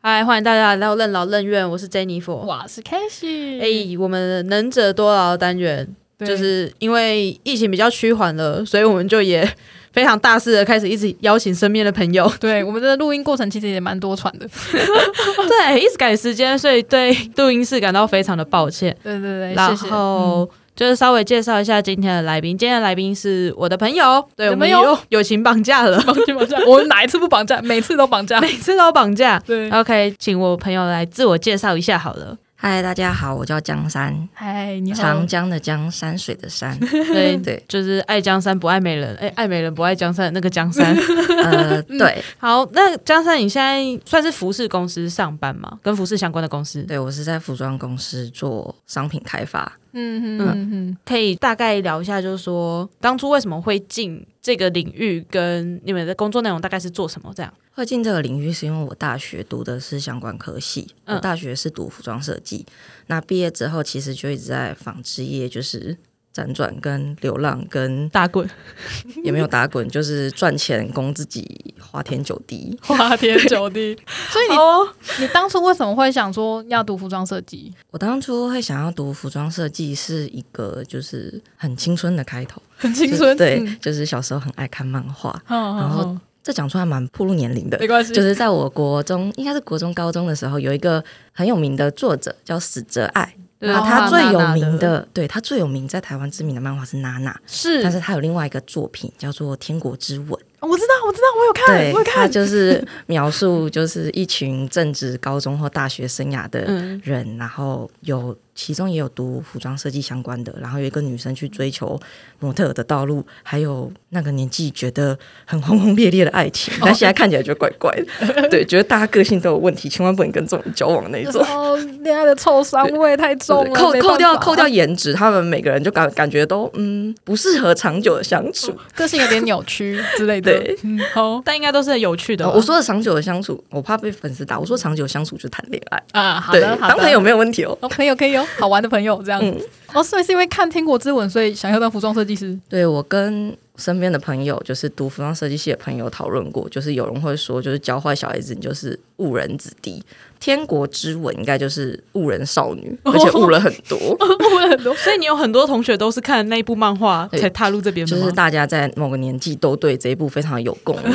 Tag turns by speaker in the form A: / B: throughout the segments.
A: 嗨，欢迎大家来到任劳任怨，我是 Jennifer。
B: 我是 k a s e
A: 哎、我们能者多劳的单元，就是因为疫情比较趋缓了，所以我们就也 非常大肆的开始一直邀请身边的朋友，
B: 对我们的录音过程其实也蛮多传的，
A: 对，一直赶时间，所以对录音室感到非常的抱歉。
B: 对对对，
A: 然
B: 谢谢。
A: 后、就是稍微介绍一下今天的来宾，今天的来宾是我的朋友，对我
B: 你的
A: 们
B: 朋友
A: 又友情绑架了，
B: 绑架绑架，我哪一次不绑架？每次都绑 架。
A: 每次都绑架。
B: 对，
A: OK，请我朋友来自我介绍一下好了。
C: 嗨，大家好，我叫江山，
B: 嗨，你好嗯
C: 长，江的江，山水 的山。
A: 对
C: 对，
A: 就是爱江山不爱美人，哎、爱美人不爱江山，那个江 山。
C: 呃，
B: 嗯
C: 对，
A: 好，那江山，你现在算是服饰公司上班吗？跟服饰相关的公司，
C: 对我是在服装公司做商品开发。
B: 嗯嗯嗯嗯，
A: 可以大概聊一下，就是说当初为什么会进这个领域，跟你们的工作内容大概是做什么这样？
C: 会进这个领域是因为我大学读的是相关科系，
A: 嗯
C: 我大学是读服装设计。那毕业之后，其实就一直在纺织业，就是辗转跟流浪， 跟
A: 打滚，
C: 也没有打滚，就是赚钱供自己花天酒地。
B: 花天酒地。 所以
A: 好哦，
B: 你你当初为什么会想说要读服装设计？
C: 我当初会想要读服装设计，是一个就是很青春的开头，
B: 很青
C: 就是
B: 春，
C: 对
B: 嗯，
C: 就是小时候很爱看漫画，
B: 好好
C: 然后
B: 好
C: 这讲出来蛮暴露年龄的
B: 没，关系，
C: 就是在我国中，应该是国中、高中的时候，有一个很有名的作者叫死哲爱，
A: 对
C: 然后他
B: 哦
C: 最有
A: 娜娜
C: 名的，对他最有名在台湾知名的漫画是娜娜，
A: 是
C: 但是他有另外一个作品叫做《天国之吻》，
B: 哦我知道，我知道，我有看，
C: 对
B: 我有
C: 他
B: 看，
C: 就是描述就是一群正值高中或大学生涯的
A: 嗯，
C: 人，然后有其中也有读服装设计相关的，然后有一个女生去追求模特儿的道路，还有那个年纪觉得很轰轰烈烈的爱情，但现在看起来觉得怪怪
B: 哦
C: 的，对，觉得大家个性都有问题，千万不能跟这种人交往那一
B: 就是
C: 种。
B: 哦，恋爱的臭酸味太重了，
C: 扣
B: 没办
C: 扣掉
B: 法
C: 扣掉，颜值，他们每个人就感感觉都嗯不适合长久的相处。
B: 个性有点扭曲之类的
C: 对。
B: 嗯，好
A: 但应该都是有趣的
C: 哦
B: 啊
A: 吧、
C: 我说的长久的相处，我怕被粉丝打。我说长久相处就谈恋爱，
B: 啊，好
C: 对，
B: 的，好
C: 当
B: 的，
C: 朋友没有问题哦。
B: 哦，朋友可以哦，好玩的朋友这样。
C: 嗯
B: 哦，所以是因为看《天国之吻》，所以想要当服装设计师。
C: 对我跟身边的朋友，就是读服装设计系的朋友讨论过，就是有人会说，就是教坏小孩子，你就是误人子弟。天国之吻应该就是误人少女，而且误了很多。
A: 所以你有很多同学都是看那一部漫画
C: 对
A: 才踏入这边的
C: 就
A: 吗？
C: 是大家在某个年纪都对这一部非常有共鸣，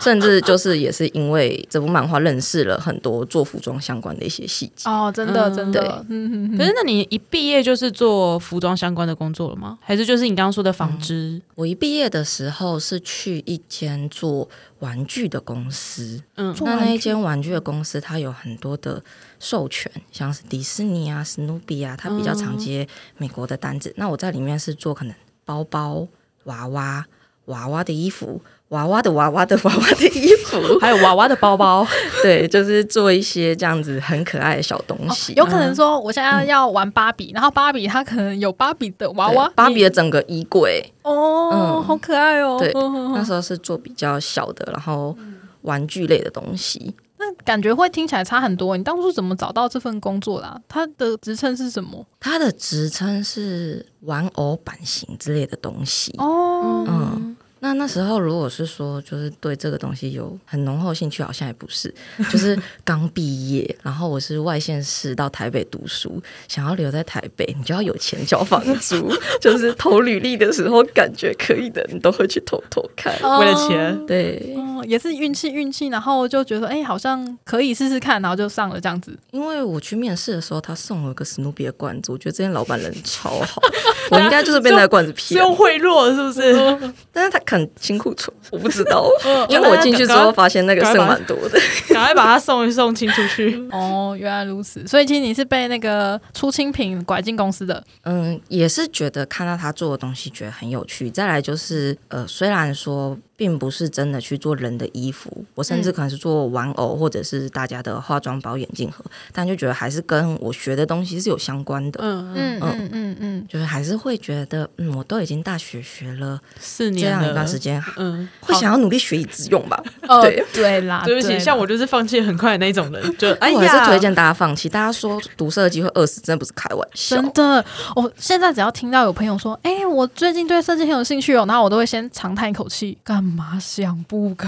C: 甚至就是也是因为这部漫画认识了很多做服装相关的一些细节。
B: 哦，真的，
A: 嗯
B: 真
C: 对
B: 的，嗯嗯
A: 可是，那你一毕业就是做服装相关的工作了吗？还是就是你刚刚说的纺织？
C: 我一毕业的时候是去一间做玩具的公司，
A: 嗯，
B: 做
C: 那
B: 玩
C: 那一
B: 具
C: 间玩具的公司，它有很多的授权，像是迪士尼啊、史努比啊，它比较
B: 嗯
C: 常接美国的单子。那我在里面是做可能包包、娃娃、娃娃的衣服、娃娃的娃娃的 娃娃的衣 服，
A: 嗯还有娃娃的包 包，
C: 对，就是做一些这样子很可爱的小东
B: 哦
C: 西。
B: 有可能说我现在
C: 嗯
B: 要玩芭比，然后芭比它可能有芭比的娃娃
C: 对，芭
B: 你
C: 比的整个衣柜，
B: 哦，
C: 嗯
B: 好可爱哦。
C: 对
B: 嗯嗯
C: 那
B: 嗯
C: 时候是做比较小的，然后玩具类的东西。
B: 那感觉会听起来差很多。你当初怎么找到这份工作啦？它的职称是什么？
C: 它的职称是玩偶版型之类的东西。
B: 哦，
C: 嗯，那那时候如果是说就是对这个东西有很浓厚兴趣，好像也不是，就是刚毕业，然后我是外县市到台北读书，想要留在台北，你就要有钱交房租， 就是投履历的时候感觉可以的，你都会去偷偷看。
B: 哦
A: 为了钱。
C: 对，
B: 哦，也是运气运气，然后就觉得哎、好像可以试试看，然后就上了这样子。
C: 因为我去面试的时候，他送了个史努比的罐子，我觉得这些老板人超好，我应该就是被那个罐子
A: 是
C: 骗了，
A: 用贿赂是不是？
C: 但是他肯辛苦存，我不知道，
B: 嗯
C: 因为我进去之后发现那个
A: 赶
C: 剩
A: 快把
C: 蛮多的。
A: 赶快把它送一送，清出 去。
B: 哦，原来如此。所以其实你是被那个出清品拐进公司的。
C: 嗯，也是觉得看到他做的东西觉得很有趣。再来就是，呃，虽然说并不是真的去做人的衣服，我甚至
B: 嗯
C: 可能是做玩偶或者是大家的化妆包、眼镜盒，但就觉得还是跟我学的东西是有相关的。
A: 嗯嗯，
B: 嗯嗯嗯嗯，
C: 就是还是会觉得，嗯，我都已经大学学了
A: 四
C: 这
A: 年
C: 样一段
A: 了
C: 时间，
A: 嗯，
C: 会想要努力学以致用吧。
B: 哦
C: 对，
B: 对啦，
A: 对不起，
B: 啦
A: 像我就是放弃很快的那种人，就 哎
C: 我还是推
A: 呀，
C: 荐大家放弃。大家说读设计会饿死，真的不是开玩笑。
B: 哦真的，我现在只要听到有朋友说，哎、我我最近对设计很有兴趣哦，然后我都会先长叹一口气，干嘛想不开？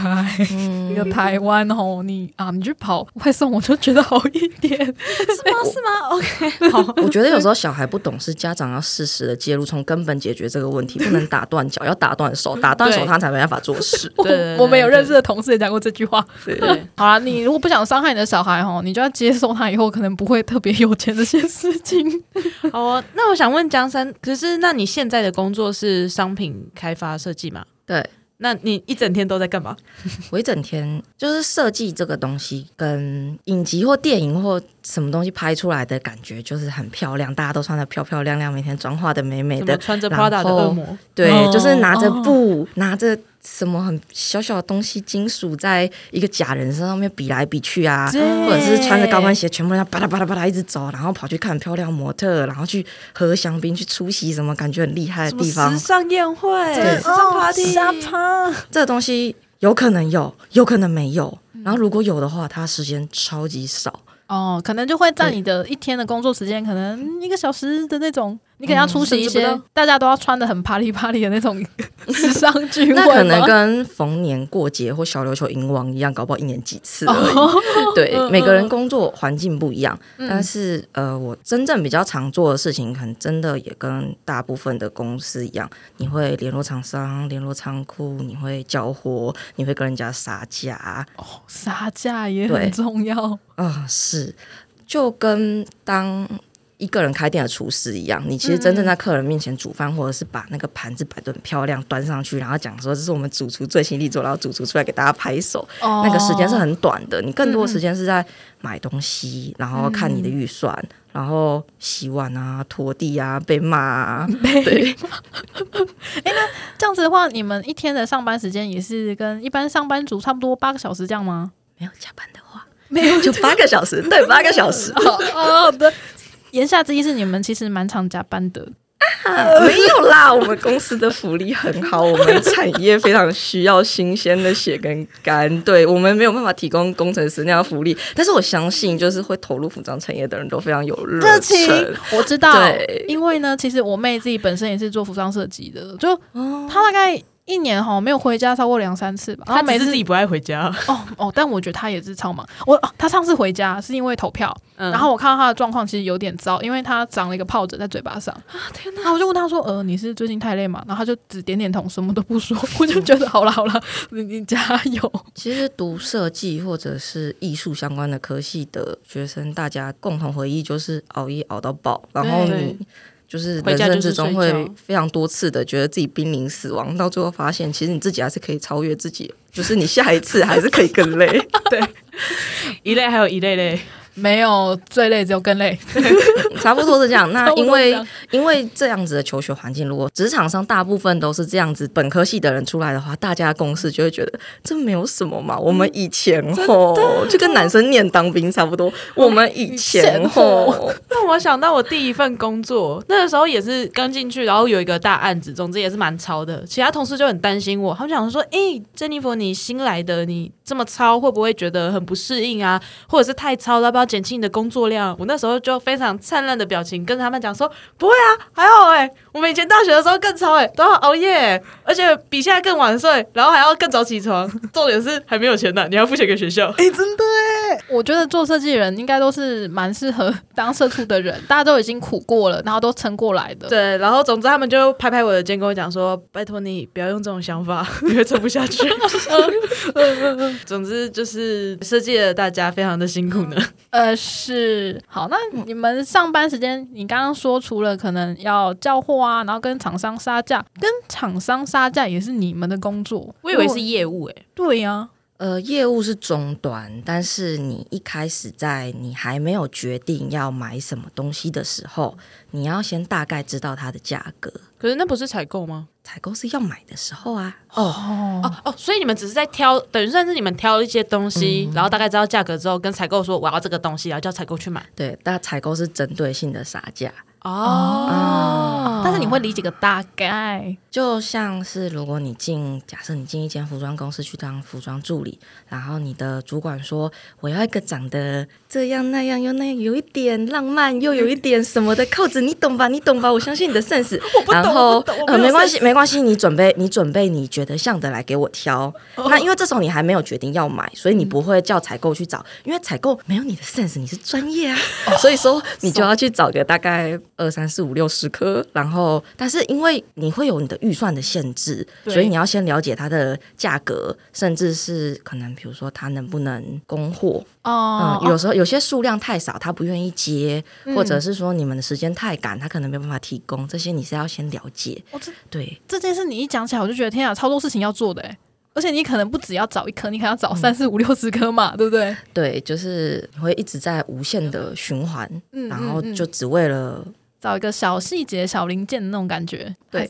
C: 嗯
B: 一
A: 嗯
B: 个台湾哦，你啊，你去跑外送，我就觉得好一点，
A: 是吗？是吗？OK，好，
C: 我觉得有时候小孩不懂事，家长要适时的介入，从根本解决这个问题，不能打断脚，要打断手，打断手
A: 对
C: 他才没办法做事。
A: 对对
B: 我我们有认识的同事也讲过这句话。
A: 对对
B: 好啦，你如果不想伤害你的小孩哦，你就要接受他以后可能不会特别有钱这些事情。
A: 好啊， 那我想问江山，可是那你现在的工作是商品开发设计吗？
C: 对，
A: 那你一整天都在干嘛？
C: 我一整天就是设计这个东西，跟影集或电影或什么东西拍出来的感觉就是很漂亮，大家都穿的漂漂亮亮，每天妆化的美美
A: 怎
C: 的
A: 么，穿着
C: 哎然
A: Prada 的
C: 后
A: 恶魔？
C: 对，
B: 哦
C: 就是拿着
B: 哦
C: 布，拿着什么很小小的东西，金属在一个假人身上面比来比去啊，
B: 对
C: 或者是穿着高跟鞋，全部人巴拉巴拉巴拉一直走，然后跑去看漂亮模特，然后去喝香槟，去出席什么感觉很厉害的地方
A: 时。尚宴会、
C: 对
A: 时尚 party、
B: 趴，
C: 这个东西有可能有，有可能没有。然后如果有的话，它时间超级少。
B: 哦，可能就会占你的一天的工作时间，可
C: 嗯
B: 能一个小时的那种，你可能要出席一
A: 甚至不
B: 些
A: 到
B: 大家都要穿的很啪里啪里的那 种时尚聚会吗，
C: 那可能跟逢年过节或小琉球迎王一样，搞不好一年几次而已。
B: 哦
C: 对
B: 嗯，
C: 每个人
B: 嗯
C: 工作环境不一样，但是呃，我真正比较常做的事情，可能真的也跟大部分的公司一样，你会联络厂商、联络仓库，你会交货，你会跟人家杀价啊、
B: 杀价也很
C: 对
B: 重要。
C: 啊是，就跟当。一个人开店的厨师一样，你其实真正
B: 嗯
C: 在客人面前煮饭，或者是把那个盘子摆得很漂亮，端上去，然后讲说这是我们主厨最新力作，然后主厨出来给大家拍手，
B: 哦嗯
C: 那个时间是很短的，你更多的时间是在买东西，然后看你的预算，然后洗碗啊、拖地啊、被骂啊。 对，
B: 这样子的话，你们一天的上班时间也是跟一般上班族差不多八个小时这样 吗？
C: 没有加班的话，
B: 没有
C: 就八个小时，对，八个小时
B: 哦哦，好的。言下之意是你们其实蛮常加班的，
C: 啊， 没有啦。我们公司的福利很好，我们产业非常需要新鲜的血跟肝。对我们没有办法提供工程师那样的福利，但是我相信，就是会投入服装产业的人都非常有热
A: 情
C: 忱
B: 我知道
C: 对，
B: 因为呢，其实我妹自己本身也是做服装设计的，就她大概一年哈没有回家超过两三次吧，然后每
A: 只
B: 次
A: 是自己不爱回家，
B: 哦哦，但我觉得她也是超忙。我、哦、她上次回家是因为投票，
A: 嗯
B: 然后我看到她的状况其实有点糟，因为她长了一个疱疹在嘴巴上。
A: 天
B: 然后我就问她说：“呃，你是最近太累吗？”然后她就只点点头，什么都不说。 我就觉得好了好了，你你加油。
C: 其实读设计或者是艺术相关的科系的学生，大家共同回忆就是熬夜熬到爆，然后
A: 对
C: 你就是
A: 回
C: 人
A: 家
C: 生
A: 就是
C: 之中
A: 睡
C: 会
A: 觉
C: 非常多次的觉得自己濒临死亡，到最后发现其实你自己还是可以超越自己，就是你下一次还是可以更累。
A: 一类还有一类类，
B: 没有最累，只有更累。
C: 差不多是这样。那
B: 差不多
C: 因
B: 是
C: 为
B: 这样
C: 因为这样子的求学环境，如果职场上大部分都是这样子本科系的人出来的话，大家的共识就会觉得这没有什么嘛。我们以前吼，就跟男生念当兵差 不多。我们以前吼，
A: 让我想到我第一份工作，那个时候也是刚进去，然后有一个大案子，总之也是蛮超的。其他同事就很担心我，他们想说：“诶，珍妮佛，你新来的，你这么超，会不会觉得很不适应啊？或者是太超了，要不要减轻你的工作量？”我那时候就非常灿烂的表情跟他们讲说：“不会啊，还好诶，我们以前大学的时候更超诶，都要熬夜、而且比现在更晚睡，然后还要更早起床。重点是还没有钱呢、你还要付钱给学校。
B: 我觉得做设计人应该都是蛮适合当社畜的人，大家都已经苦过了，然后都撑过来的。
A: 对，然后总之他们就拍拍我的肩，跟我讲说：“拜托你不要用这种想法， 你会撑不下去。”总之就是设计了大家非常的辛苦呢。
B: 呃，是好，那你们上班时间，你刚刚说除了可能要叫货啊，然后跟厂商杀价，跟厂商杀价也是你们的工作。
A: 业务欸诶、
B: 对啊呀、
C: 呃，业务是终端，但是你一开始在你还没有决定要买什么东西的时候，你要先大概知道它的价格。
A: 可是那不是采购吗？
C: 采购是要买的时候啊，
B: 哦，
A: 哦哦，所以你们只是在挑，等于算是你们挑一些东西，然后大概知道价格之后，跟采购说我要这个东西，然后叫采购去买。
C: 对，但采购是针对性的杀价。
A: 哦，
B: 但是你会理解个大概。
C: 就像是如果你进，假设你进一间服装公司去当服装助理，然后你的主管说我要一个长得这样那样又那样，有一点浪漫又有一点什么的扣子，你懂吧？你懂吧？我相信你的 sense。
A: 我不懂
C: 然后
A: 我不懂我没
C: 呃，
A: 有
C: 没关
A: sense
C: 系，没关系，你准备你准备你觉得像的来给我挑。
B: 哦
C: 那因为这时候你还没有决定要买，所以你不会叫采购去
B: 嗯
C: 找，因为采购没有你的 sense，你是专业啊，
B: 哦
C: 所以说你就要去找个大概二三四五六十颗，然后但是因为你会有你的预算的限制，
B: 对
C: 所以你要先了解它的价格，甚至是可能比如说它能不能供货，
B: 哦
C: 嗯，，有时候有些数量太少，他不愿意接，或者
B: 嗯
C: 是说你们的时间太赶，他可能没有办法提供，这些你是要先了解。
B: 我知
C: 对，
B: 哦这件事你一讲起来，我就觉得天啊，超多事情要做的哎。而且你可能不只要找一颗，你可能要
C: 嗯
B: 找三四五六十颗嘛，对不对？
C: 对，就是你会一直在无限的循环，
B: 嗯
C: 然后
B: 嗯嗯
C: 就只为了
B: 找一个小细节、小零件的那种感觉。
C: 对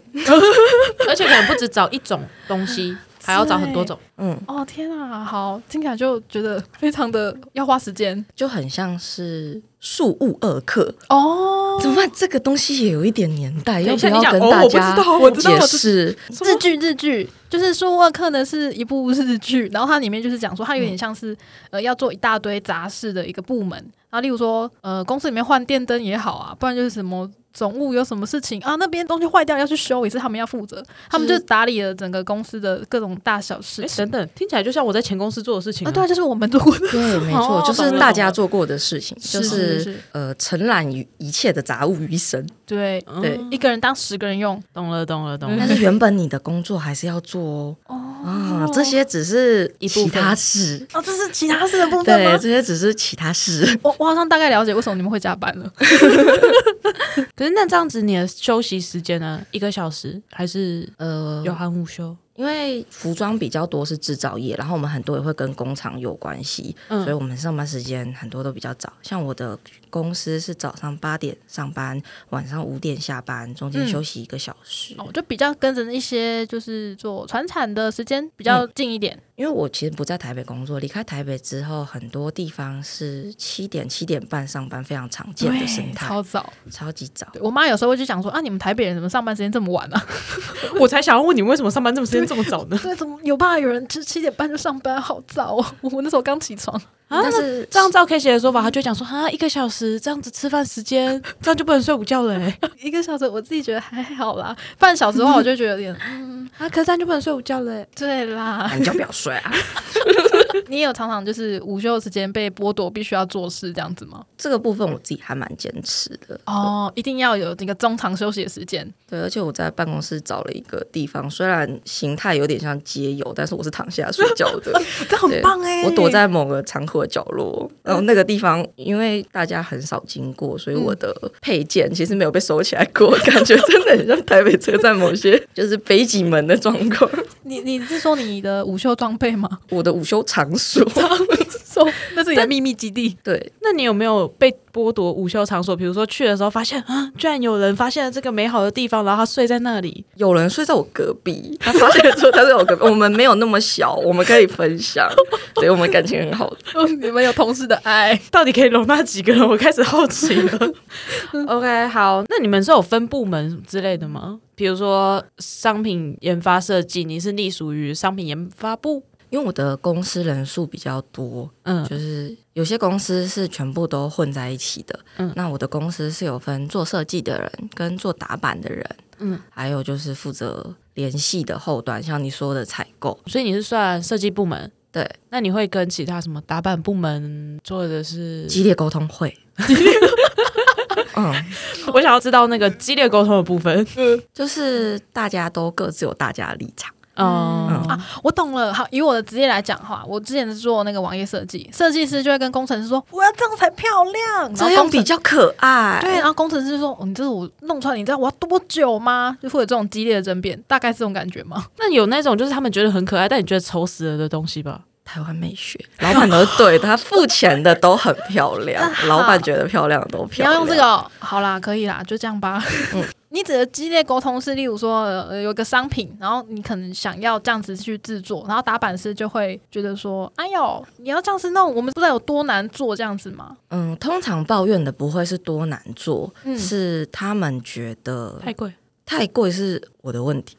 A: 而且可能不止找一种东西，还要找很多种。
C: 嗯，
B: 哦天啊，好，听起来就觉得非常的要花时间
C: 就很像是数物二课。
B: 哦。
C: 怎么办？这个东西也有一点年代，
A: 等
C: 要
A: 一
C: 不
A: 下
C: 要
A: 你讲
C: 跟
A: 哦
C: 大
A: 我不
C: 家
A: 知道我知道
C: 解
A: 我知
C: 释？
B: 日剧，日剧就是说，沃克呢是一部日剧，然后它里面就是讲说，它有点像是、呃要做一大堆杂事的一个部门，然后例如说呃公司里面换电灯也好啊，不然就是什么总务有什么事情啊，那边东西坏掉要去修也是他们要负责，他们就是是打理了整个公司的各种大小事
A: 哎，
B: 情。啊
A: 等等，听起来就像我在前公司做的事情
B: 啊，对啊，就是我们做过的，
C: 对，没
A: 哦
C: 错，就
A: 懂
C: 是
A: 了
C: 大
A: 懂
C: 家
A: 了
C: 做过的事情，就
B: 是
C: 是是
B: 是
C: 呃，承揽于一切的杂物于一身。
B: 对，
A: 嗯
C: 对
B: 一个人当十个人用，
A: 懂了，懂了，懂了
C: 但。是原本你的工作还是要做哦。啊，这些只是
A: 一部分
C: 其他事。
B: 哦，这是其他事的部
C: 对，这些只是其他事。
B: 我我好像大概了解为什么你们会加班了。
A: 可是那这样子，你的休息时间呢？一个小时还是
C: 呃，
A: 有含午休？
C: 因为服装比较多是制造业，然后我们很多也会跟工厂有关系，
A: 嗯
C: 所以我们上班时间很多都比较早。像我的公司是早上八点上班，晚上五点下班，中间
B: 嗯
C: 休息一个小时。
B: 哦，就比较跟着一些就是做传产的时间比较近一点。
C: 因为我其实不在台北工作，离开台北之后，很多地方是七点、七点半上班，非常常见的生态，
B: 超早。
C: 超级早。
B: 对我妈有时候会去讲说啊，你们台北人怎么上班时间 这么晚啊？
A: 我才想要问你，为什么上班这么时间这么早呢？
B: 对，怎么有办法有人就七点半就上班，好早哦！ 我那时候刚起床。
A: 啊
C: 但是
A: 这样照 K 姐的说法，她就讲说啊，一个小时这样子吃饭时间，这样就不能睡午觉了哎、 欸。
B: 一个小时我自己觉得还好啦，半小时的话我就觉得有点
A: 啊，可是这样就不能睡午觉了、欸。
B: 对啦
C: 啊。你就不要睡啊！
B: 你也有常常就是午休的时间被剥夺，必须要做事这样子吗？
C: 这个部分我自己还蛮坚持的。
B: 哦，一定要有那个中场休息的时间。
C: 对，而且我在办公室找了一个地方，虽然形态有点像街友，但是我是躺下睡觉的。
A: 这
C: 对
A: 很棒
B: 欸
A: 哎、
C: 我躲在某个仓库的角落，然后那个地方因为大家很少经过，所以我的配件其实没有被收起来过，感觉真的很像台北车站某些就是北几门的状况。
B: 你你是说你的午休装备吗？
C: 我的午休场所，
B: 说那是你的秘密基地。
C: 对，
A: 那你有没有被剥夺午休场所？比如说去的时候发现啊，居然有人发现了这个美好的地方，然后他睡在那里。
C: 有人睡在我隔壁，他发现说他在我隔壁，我们没有那么小，我们可以分享，对我们感情很好。
B: 你们有同事的爱，
A: 到底可以容纳几个人？我开始好奇了。OK，好，那你们是有分部门之类的吗？比如说商品研发设计，你是隶属于商品研发部？
C: 因为我的公司人数比较多，
A: 嗯，
C: 就是有些公司是全部都混在一起的。
A: 嗯
C: 那我的公司是有分做设计的人跟做打版的人，
A: 嗯，
C: 还有就是负责联系的后端，像你说的采购，
A: 所以你是算设计部门？
C: 对，
A: 那你会跟其他什么打版部门做的是？
C: 激烈沟通会。嗯，
A: 我想要知道那个激烈沟通的部分。
C: 就是大家都各自有大家的立场，
A: 哦、
B: 啊我懂了。好，以我的职业来讲哈，我之前是做那个网页设计，设计师就会跟工程师说我要这样才漂亮，
C: 这
B: 然后
C: 样
B: 工程
C: 比较可爱。
B: 对，然后工程师说、哦你这是我弄出来，你知道我要多久吗？就会有这种激烈的争辩，大概是这种感觉吗？
A: 那有那种就是他们觉得很可爱，但你觉得丑死了的东西吧？
C: 台湾美学，老板都是对的，他付钱的都很漂亮，老板觉得漂亮的都
B: 你
C: 漂
B: 要
C: 亮。嗯
B: 用这个哦，好啦，可以啦，就这样吧。 你指的激烈沟通是，例如说，呃，有一个商品，然后你可能想要这样子去制作，然后打板师就会觉得说，哎呦，你要这样子弄，我们不知道有多难做这样子吗？
C: 嗯，通常抱怨的不会是多难做，
B: 嗯
C: 是他们觉得
A: 太贵，
C: 太贵是我 的问题，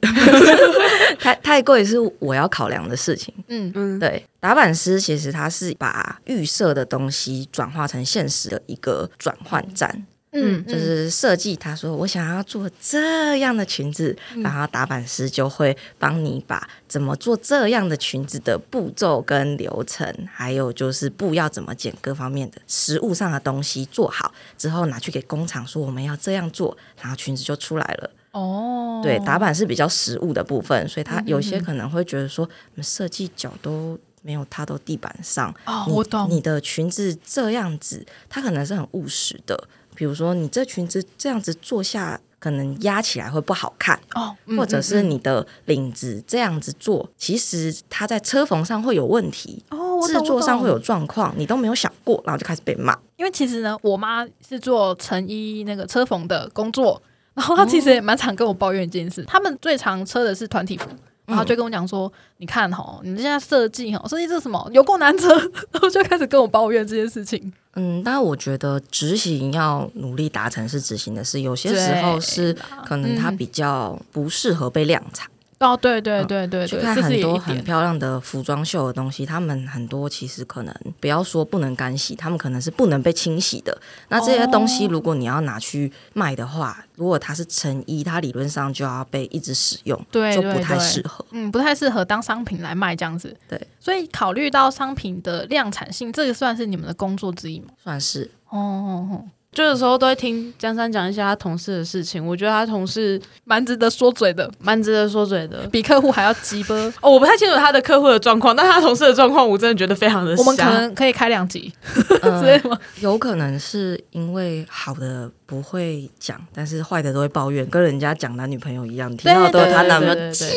C: 太太贵是我要考量的事情。
B: 嗯
A: 嗯，
C: 对，打板师其实他是把预设的东西转化成现实的一个转换站，
A: 嗯
C: 就是设计他说我想要做这样的裙子，
A: 嗯
C: 然后打板师就会帮你把怎么做这样的裙子的步骤跟流程，还有就是布要怎么剪各方面的实物上的东西做好之后，拿去给工厂说我们要这样做，然后裙子就出来了。
B: 哦，嗯
C: 对，打板是比较实物的部分，所以他有些可能会觉得说，我们设计脚都没有踏到地板上。
B: 哦，
C: 你
B: 我懂，
C: 你的裙子这样子，它可能是很务实的。比如说，你这裙子这样子坐下，可能压起来会不好看，
B: 哦，嗯
C: 或者是
B: 嗯嗯
C: 你的领子这样子做，其实它在车缝上会有问题，
B: 哦，我
C: 制
B: 懂
C: 作上会，
B: 我
C: 有
B: 懂
C: 状况，你都没有想过，然后就开始被骂。
B: 因为其实呢，我妈是做成衣那个车缝的工作，然后她其实也蛮常跟我抱怨一件事，他们最常车的是团体服。然
C: 嗯
B: 后就跟我讲说，你看吼，你们现在设计吼，设计这是什么有够难车， 然后就开始跟我抱怨这件事情。
C: 嗯，但我觉得执行要努力达成是执行的事，有些时候
B: 对
C: 是可能它
B: 嗯
C: 比较不适合被量产。
B: 哦，对对
C: 嗯
B: 对对
C: 去
B: 对，
C: 看
B: 这是
C: 很
B: 也
C: 多
B: 一
C: 很
B: 点。
C: 漂亮的服装秀的东西，他们很多其实可能不要说不能干洗，他们可能是不能被清洗的。那这些东西
B: 哦
C: 如果你要拿去卖的话，如果它是成衣，它理论上就要被一直使用，
B: 对
C: 就
B: 对
C: 不太
B: 对
C: 适合。
B: 嗯，不太适合当商品来卖这样子。
C: 对，
B: 所以考虑到商品的量产性，这个算是你们的工作之一吗？
C: 算是
B: 哦哦哦，
A: 就有时候都会听江山讲一下他同事的事情，我觉得他同事
B: 蛮值得说嘴的，
A: 蛮值得说嘴的。
B: 比客户还要鸡巴。
A: 哦，我不太清楚他的客户的状况，但他同事的状况我真的觉得非常的
B: 我们可
A: 瞎
B: 能可以开两集之类
C: 呃，
B: 的吗？
C: 有可能是因为好的不会讲，但是坏的都会抱怨，跟人家讲男女朋友一样，听到都
B: 对
C: 是她男朋
A: 对
C: 友
A: 对对对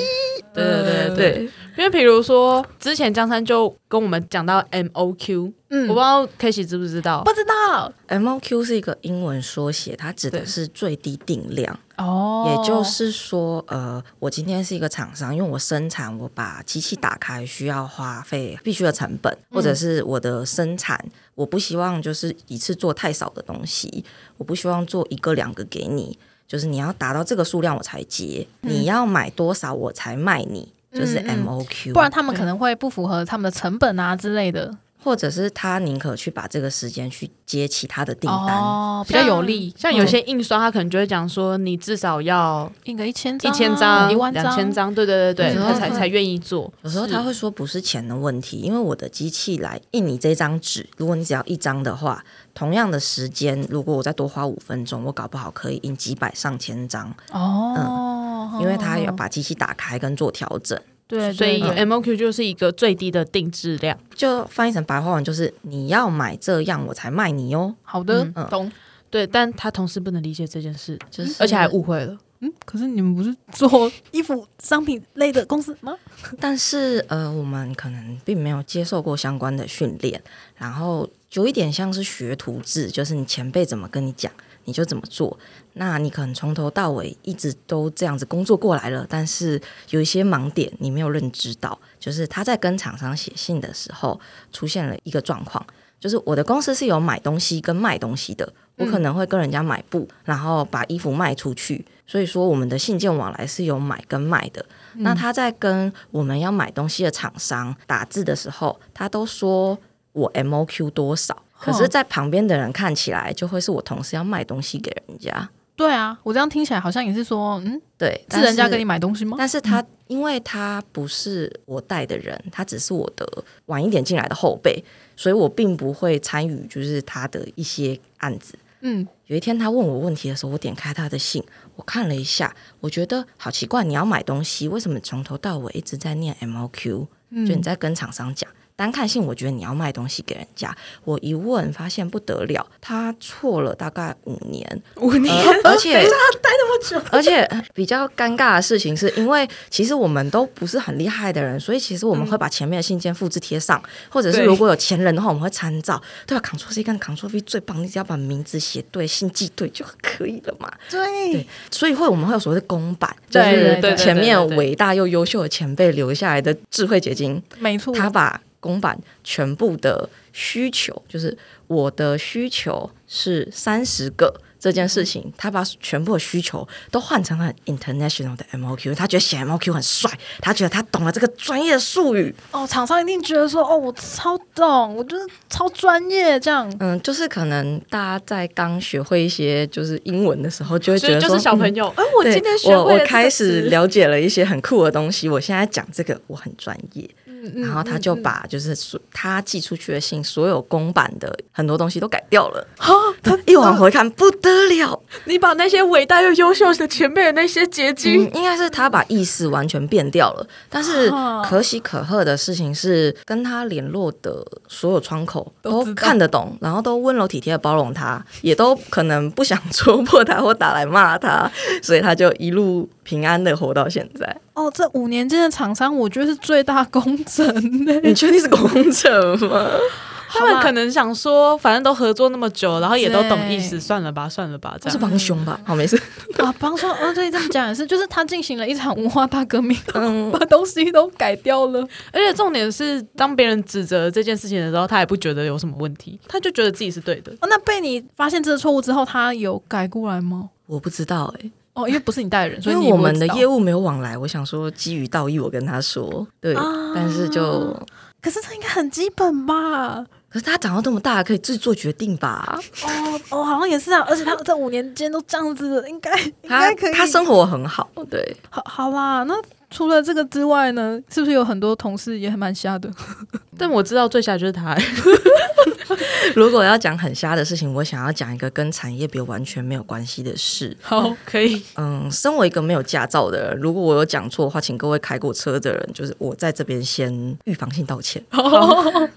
B: 嗯
A: 对对，
C: 对，
A: 因为比如说之前江山就跟我们讲到 M O Q，
B: 嗯
A: 我不知道 K 喜知不知道，
B: 不知道
C: M O Q 是一个英文缩写，它指的
A: 对
C: 是最低定量。
B: 哦
C: 也就是说，呃，我今天是一个厂商，因为我生产，我把机器打开需要花费必须的成本，
B: 嗯
C: 或者是我的生产，我不希望就是一次做太少的东西，我不希望做一个两个给你，就是你要达到这个数量我才接，你要买多少我才卖你，就是
B: 嗯嗯
C: M O Q，、
B: 不然他们可能会不符合他们的成本啊之类的
C: 或者是他宁可去把这个时间去接其他的订单。
B: 哦，比较有利。
A: 像嗯有些印刷，他可能就会讲说，你至少要
B: 印个一千
A: 一
B: 张啊、
A: 千张、
B: 一万
A: 两千，张，对对对对，
C: 有时候
A: 他才
C: 会
A: 才愿意做。
C: 有时候他会说不是钱的问题，因为我的机器来印你这张纸，如果你只要一张的话，同样的时间，如果我再多花五分钟，我搞不好可以印几百上千张，
B: 哦，
C: 嗯因为他要
B: 哦
C: 把机器打开跟做调整。
B: 对，
A: 所以
B: 对对
A: M O Q 就是一个最低的定制量。
C: 就翻译成白话文就是你要买这样我才卖你哦，
B: 好的
C: 嗯嗯
B: 懂。
A: 对，但他同事不能理解这件事，
C: 就是
A: 而且还误会了。
B: 嗯，可是你们不是做衣服商品类的公司吗？
C: 但是呃，我们可能并没有接受过相关的训练，然后有一点像是学徒制，就是你前辈怎么跟你讲，你就怎么做。那你可能从头到尾一直都这样子工作过来了，但是有一些盲点你没有认知到，就是他在跟厂商写信的时候出现了一个状况，就是我的公司是有买东西跟卖东西的，我可能会跟人家买布，然后把衣服卖出去，所以说我们的信件往来是有买跟卖的。那他在跟我们要买东西的厂商打字的时候，他都说我 M O Q 多少，可是，在旁边的人看起来就会是我同事要卖东西给人家，
B: 对啊，我这样听起来好像也是说，嗯，
C: 对，
B: 是人家
C: 跟
B: 跟你买东西吗？嗯
C: 但是他因为他不是我带的人，他只是我的晚一点进来的后辈，所以我并不会参与就是他的一些案子。
B: 嗯，
C: 有一天他问我问题的时候，我点开他的信，我看了一下，我觉得好
B: 嗯
C: 奇怪，你要买东西，为什么从头到尾一直在念 M O Q？、就你在跟厂商讲，单看性，我觉得你要卖东西给人家，我一问发现不得了，他错了大概五年，
A: 五年
C: 呃而且待那么久，而且比较尴尬的事情是因为其实我们都不是很厉害的人，所以其实我们会把前面的信件复制贴上，或者是
A: 对
C: 如果有前人的话，我们会参照。对吧？Ctrl C 跟 Ctrl V 最棒，你只要把名字写对、信寄对就可以了嘛。对，所以会我们会有所谓的公版，就
B: 对对
C: 是
B: 对对
C: 前面
A: 对对
C: 伟大又优秀的前辈留下来的智慧结晶。
B: 没错，
C: 他把公版全部的需求，就是我的需求是三十个这件事情，他把全部的需求都换成了 international 的 MOQ，他觉得写 MOQ 很帅，他觉得他懂了这个专业术语，
B: 哦，厂商一定觉得说，哦，我超懂，我就是超专业这样。
C: 嗯，就是可能大家在刚学会一些就是英文的时候，就会觉
A: 所以
C: 得
A: 就是
C: 说
A: 小
C: 嗯
A: 朋友，哎、我
C: 对
A: 今天学会
C: 我
A: 了这
C: 我
A: 个
C: 开始
A: 词
C: 了解了一些很酷的东西，我现在讲这个我很专业。
A: 嗯
C: 然后他就把就是所他寄出去的信，所有公版的很多东西都改掉了。他一往回看不得 了，
A: 你把那些伟大又优秀的前辈的那些结晶，
C: 嗯应该是他把意思完全变掉了。但是
B: 啊
C: 可喜可贺的事情是，跟他联络的所有窗口
B: 都
C: 都
B: 知道
C: 看得懂，然后都温柔体贴的包容他，也都可能不想 戳破他或打来骂他，所以他就一路平安的活到现在。
B: 哦，这五年间的厂商，我觉得是最大功臣呢。
C: 你确定是工程吗？
A: 他们可能想说，反正都合作那么久，然后也都懂
B: 对
A: 意思，算了吧，算了吧，这
C: 这是
A: 样。
C: 帮凶吧？ 好，没事。
B: 能 啊，帮说，啊，对，这么讲也是，就是他进行了一场文化大革命，
C: 嗯
B: 把东西都改掉了。
A: 而且重点是，当别人指责这件事情的时候，他也不觉得有什么问题，他就觉得自己是对
C: 嗯
A: 的。
B: 哦，那被你发现这个错误之后，他有改过来吗？
C: 我不知道哎、
B: 哦，因为不是你带的人，所以
C: 因
B: 你
C: 为我们的业
B: 务。
C: 务没有往来，我想说基于道义，我跟他说对，
B: 啊
C: 但是就
B: 可是这应该很基本吧？
C: 可是他长到这么大，可以自己做决定吧？
B: 哦哦，好像也是啊，而且他这五年间都这样子，应该应
C: 他
B: 该可以。
C: 他生活很好，对，
B: 好好啦，那除了这个之外呢，是不是有很多同事也很蛮瞎的？
A: 但我知道最瞎就是他，
C: 如果要讲很瞎的事情，我想要讲一个跟产业别完全没有关系的事。
A: 好，可以，
C: 嗯，身为一个没有驾照的人，如果我有讲错的话，请各位开过车的人，就是我在这边先预防性道歉。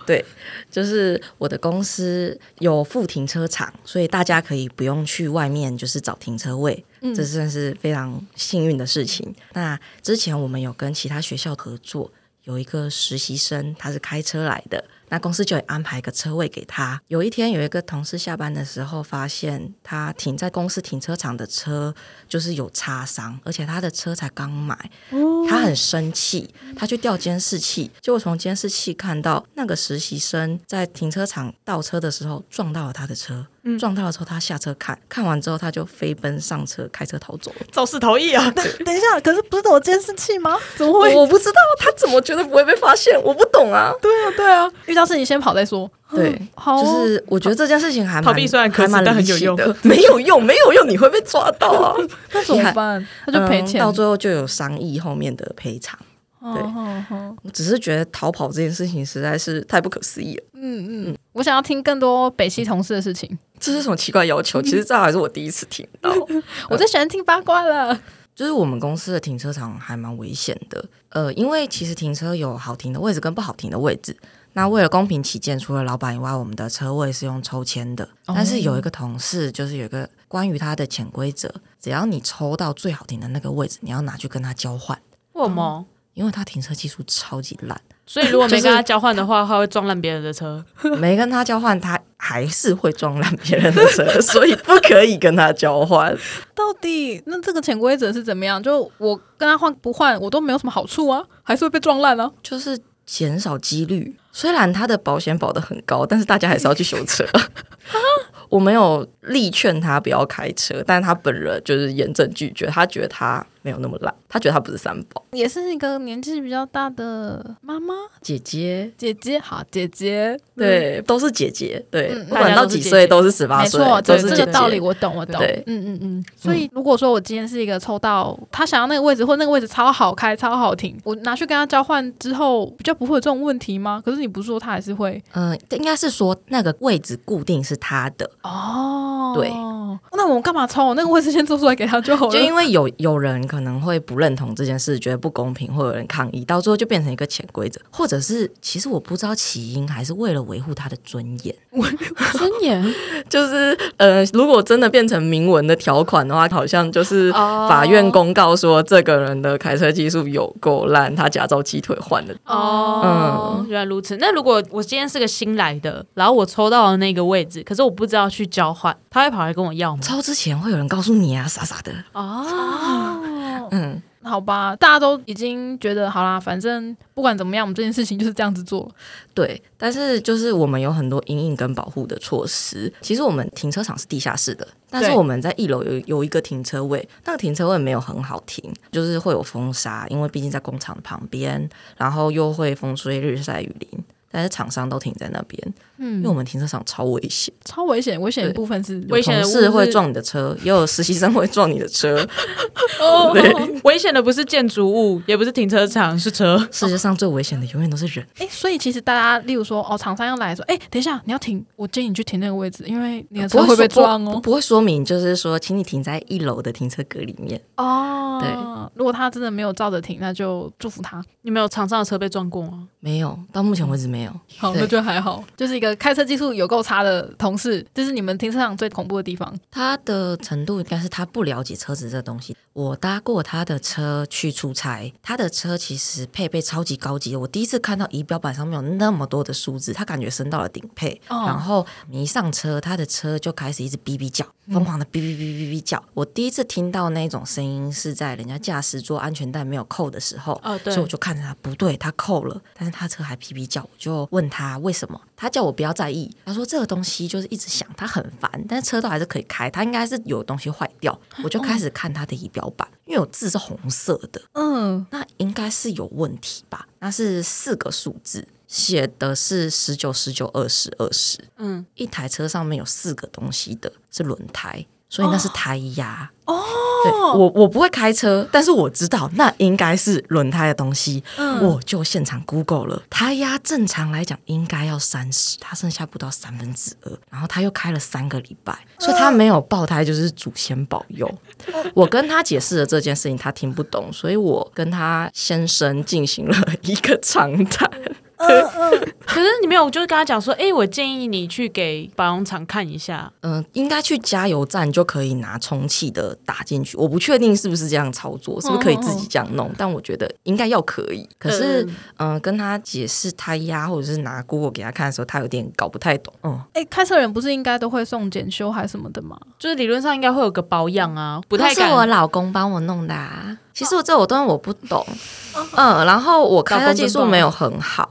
C: 对，就是我的公司有附停车场，所以大家可以不用去外面就是找停车位，这算是非常幸运的事情。那之前我们有跟其他学校合作，有一个实习生他是开车来的，那公司就有安排一个车位给他。有一天有一个同事下班的时候发现他停在公司停车场的车就是有擦伤，而且他的车才刚买，
B: 哦
C: 他很生气，他去调监视器，结果从监视器看到那个实习生在停车场倒车的时候撞到了他的车，
B: 嗯
C: 撞到了之后他下车看，看完之后他就飞奔上车开车逃走 了。
A: 肇事逃逸啊！
B: 等一下，可是不是都有监视器吗？怎么会？
C: 我不知道他怎么觉得不会被发现，我不懂啊。
A: 对啊，
B: 遇到事情先跑再说。
C: 对，
B: 好哦
C: 就是我觉得这件事情还蛮
A: 逃避虽然可耻
C: 还蛮
A: 但很
C: 离
A: 有
C: 奇
A: 用
C: 的， 没有用，没有用，你会被抓到啊。
B: 那怎么办？ 他就赔钱。
C: 嗯到最后就有商议后面的赔偿。
B: 哦
C: 对
B: 哦哦
C: 我只是觉得逃跑这件事情实在是太不可思议了，
B: 嗯嗯，我想要听更多北西同事的事情。
C: 这是什么奇怪要求？其实这还是我第一次听到。
B: 我最喜欢听八卦了。
C: 就是我们公司的停车场还蛮危险的，呃，因为其实停车有好停的位置跟不好停的位置。那为了公平起见，除了老板以外，我们的车位是用抽签的。但是有一个同事，就是有一个关于他的潜规则，只要你抽到最好停的那个位置，你要拿去跟他交换，
A: 我么？
C: 因为他停车技术超级烂。
A: 所以如果没
C: 就
A: 跟
C: 是
A: 他交换的话，他会撞烂别人的车。
C: 没跟他交换，他还是会撞烂别人的车，所以不可以跟他交换。
B: 到底那这个潜规则是怎么样？就我跟他换不换，我都没有什么好处啊，还是会被撞烂啊。
C: 就是减少几率。虽然他的保险保得很高，但是大家还是要去修车。啊 我没有力劝他不要开车，但他本人就是严正拒绝，他觉得他没有那么烂，他觉得他不是三宝
B: 也是一个年纪比较大的妈妈、
C: 姐姐。
B: 姐姐，好姐姐，
C: 对，都是姐姐，对，
B: 嗯
C: 不管到几岁都是十八
B: 没
C: 岁
B: 错，，
C: 欸都
B: 这
C: 是
B: 这
C: 姐
B: 个
C: 姐。
B: 道理我懂，我懂。
C: 对
B: 嗯嗯嗯。所以如果说我今天是一个抽到他想要那个位置，或那个位置超好开、超好停，我拿去跟他交换之后，比较不会有这种问题吗？可是你不是说他还是会
C: 嗯、应该是说那个位置固定是他的，
B: 哦
C: 对
B: 那我干嘛抽？那个位置先做出来给他就好了。
C: 就因为有有人可能会不认同这件事，觉得不公平，会有人抗议，到最后就变成一个潜规则，或者是其实我不知道起因，还是为了维护他的尊严。
A: 尊严
C: 就是呃，如果真的变成明文的条款的话，好像就是
A: 哦
C: 法院公告说这个人的开车技术有够烂，他驾照鸡腿换的。
A: 哦，原来如此。那如果我今天是个新来的，然后我抽到了那个位置，可是我不知道去交换，他会跑来跟我要吗？
C: 超之前会有人告诉你啊，傻傻的，
A: 哦，
C: 嗯，
B: 好吧，大家都已经觉得好啦，反正不管怎么样，我们这件事情就是这样子做了。
C: 对。但是就是我们有很多阴影跟保护的措施。其实我们停车场是地下室的，但是
B: 对
C: 我们在一楼有有一个停车位，那个停车位没有很好停，就是会有风沙，因为毕竟在工厂旁边，然后又会风吹日晒雨淋。但是厂商都停在那边，因为我
B: 嗯，
C: 们停车场超危险。
B: 超危险，危险的
C: 对
B: 部分是
A: 危险
C: 同
A: 的物
C: 事会
A: 是
C: 撞你的车，也有实习生会撞你 的车。
A: 哦
C: 对，
A: 危险的不是建筑物，也不是停车场，是车。
C: 世界上最危险的永远都是人。
B: 哎、所以其实大家，例如说，哦，厂商要来说，哎、等一下，你要停，我建议你去停那个位置，因为你的车会被撞
C: 啊不
B: 哦。
C: 不会说明，就是说，请你停在一楼的停车格里面。
B: 哦
C: 对，
B: 如果他真的没有照着停，那就祝福他。
A: 你们有厂商的车被撞过吗？
C: 没有，到目前为止没有。
B: 好，
C: 对
B: 那就还好，就是一个开车技术有够差的同事，这是你们停车场最恐怖的地方。
C: 他的程度应该是他不了解车子这东西。我搭过他的车去出差，他的车其实配备超级高级的。我第一次看到仪表板上面有那么多的数字，他感觉升到了顶配。
B: 哦
C: 然后你一上车，他的车就开始一直哔哔叫，疯狂的哔哔哔哔哔叫。我第一次听到那种声音是在人家驾驶座安全带没有扣的时候，
A: 哦，对
C: 所以我就看着他，不对，他扣了，但是他车还哔哔叫，我就问他为什么，他叫我不要在意，他说这个东西就是一直响，他很烦，但是车道还是可以开，他应该是有东西坏掉，
A: 嗯
C: 我就开始看他的仪表板，因为我字是红色的，
B: 嗯，
C: 那应该是有问题吧？那是四个数字，写的是十九、十九、二十、二十，
A: 嗯，
C: 一台车上面有四个东西的是轮胎。所以那是胎压哦，对我我不会开车，但是我知道那应该是轮胎的东西，我就现场 Google 了，胎压正常来讲应该要三十，他剩下不到三分之二，然后他又开了三个礼拜，所以他没有爆胎就是祖先保佑。我跟他解释了这件事情，他听不懂，所以我跟他先生进行了一个长谈。
A: 可是你没有，就是跟他讲说，哎，我建议你去给保养厂看一下。
C: 嗯、应该去加油站就可以拿充气的打进去。我不确定是不是这样操作，是不是可以自己这样弄，但我觉得应该要可以。可是，嗯、跟他解释胎压或者是拿 Google 给他看的时候，他有点搞不太懂。嗯，
B: 哎、开车人不是应该都会送检修还什么的吗？
A: 就是理论上应该会有个保养啊，不太
C: 都是我
A: 敢。
C: 老公帮我弄的、啊。其实我这我东西我不懂，嗯，然后我开车技术没有很好。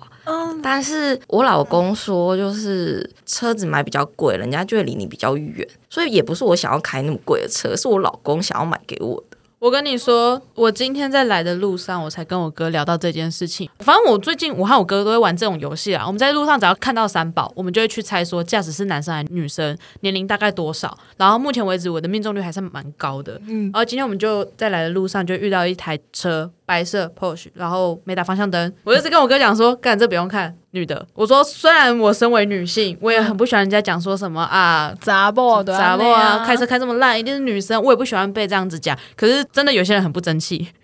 C: 但是我老公说，就是车子买比较贵，人家就会离你比较远，所以也不是我想要开那么贵的车，是我老公想要买给我的。
A: 我跟你说，我今天在来的路上，我才跟我哥聊到这件事情。反正我最近我和我哥都会玩这种游戏啊。我们在路上只要看到三宝，我们就会去猜说驾驶是男生还是女生，年龄大概多少。然后目前为止，我的命中率还是蛮高的。嗯，然后今天我们就在来的路上就遇到一台车，白色 Porsche，然后没打方向灯。我就是跟我哥讲说，干这不用看。女的，我说虽然我身为女性，我也很不喜欢人家讲说什么啊，
B: 杂报的，
A: 傻
B: 那
A: 爆
B: 样
A: 啊！开车开这么烂，一定是女生。我也不喜欢被这样子讲。可是真的有些人很不争气。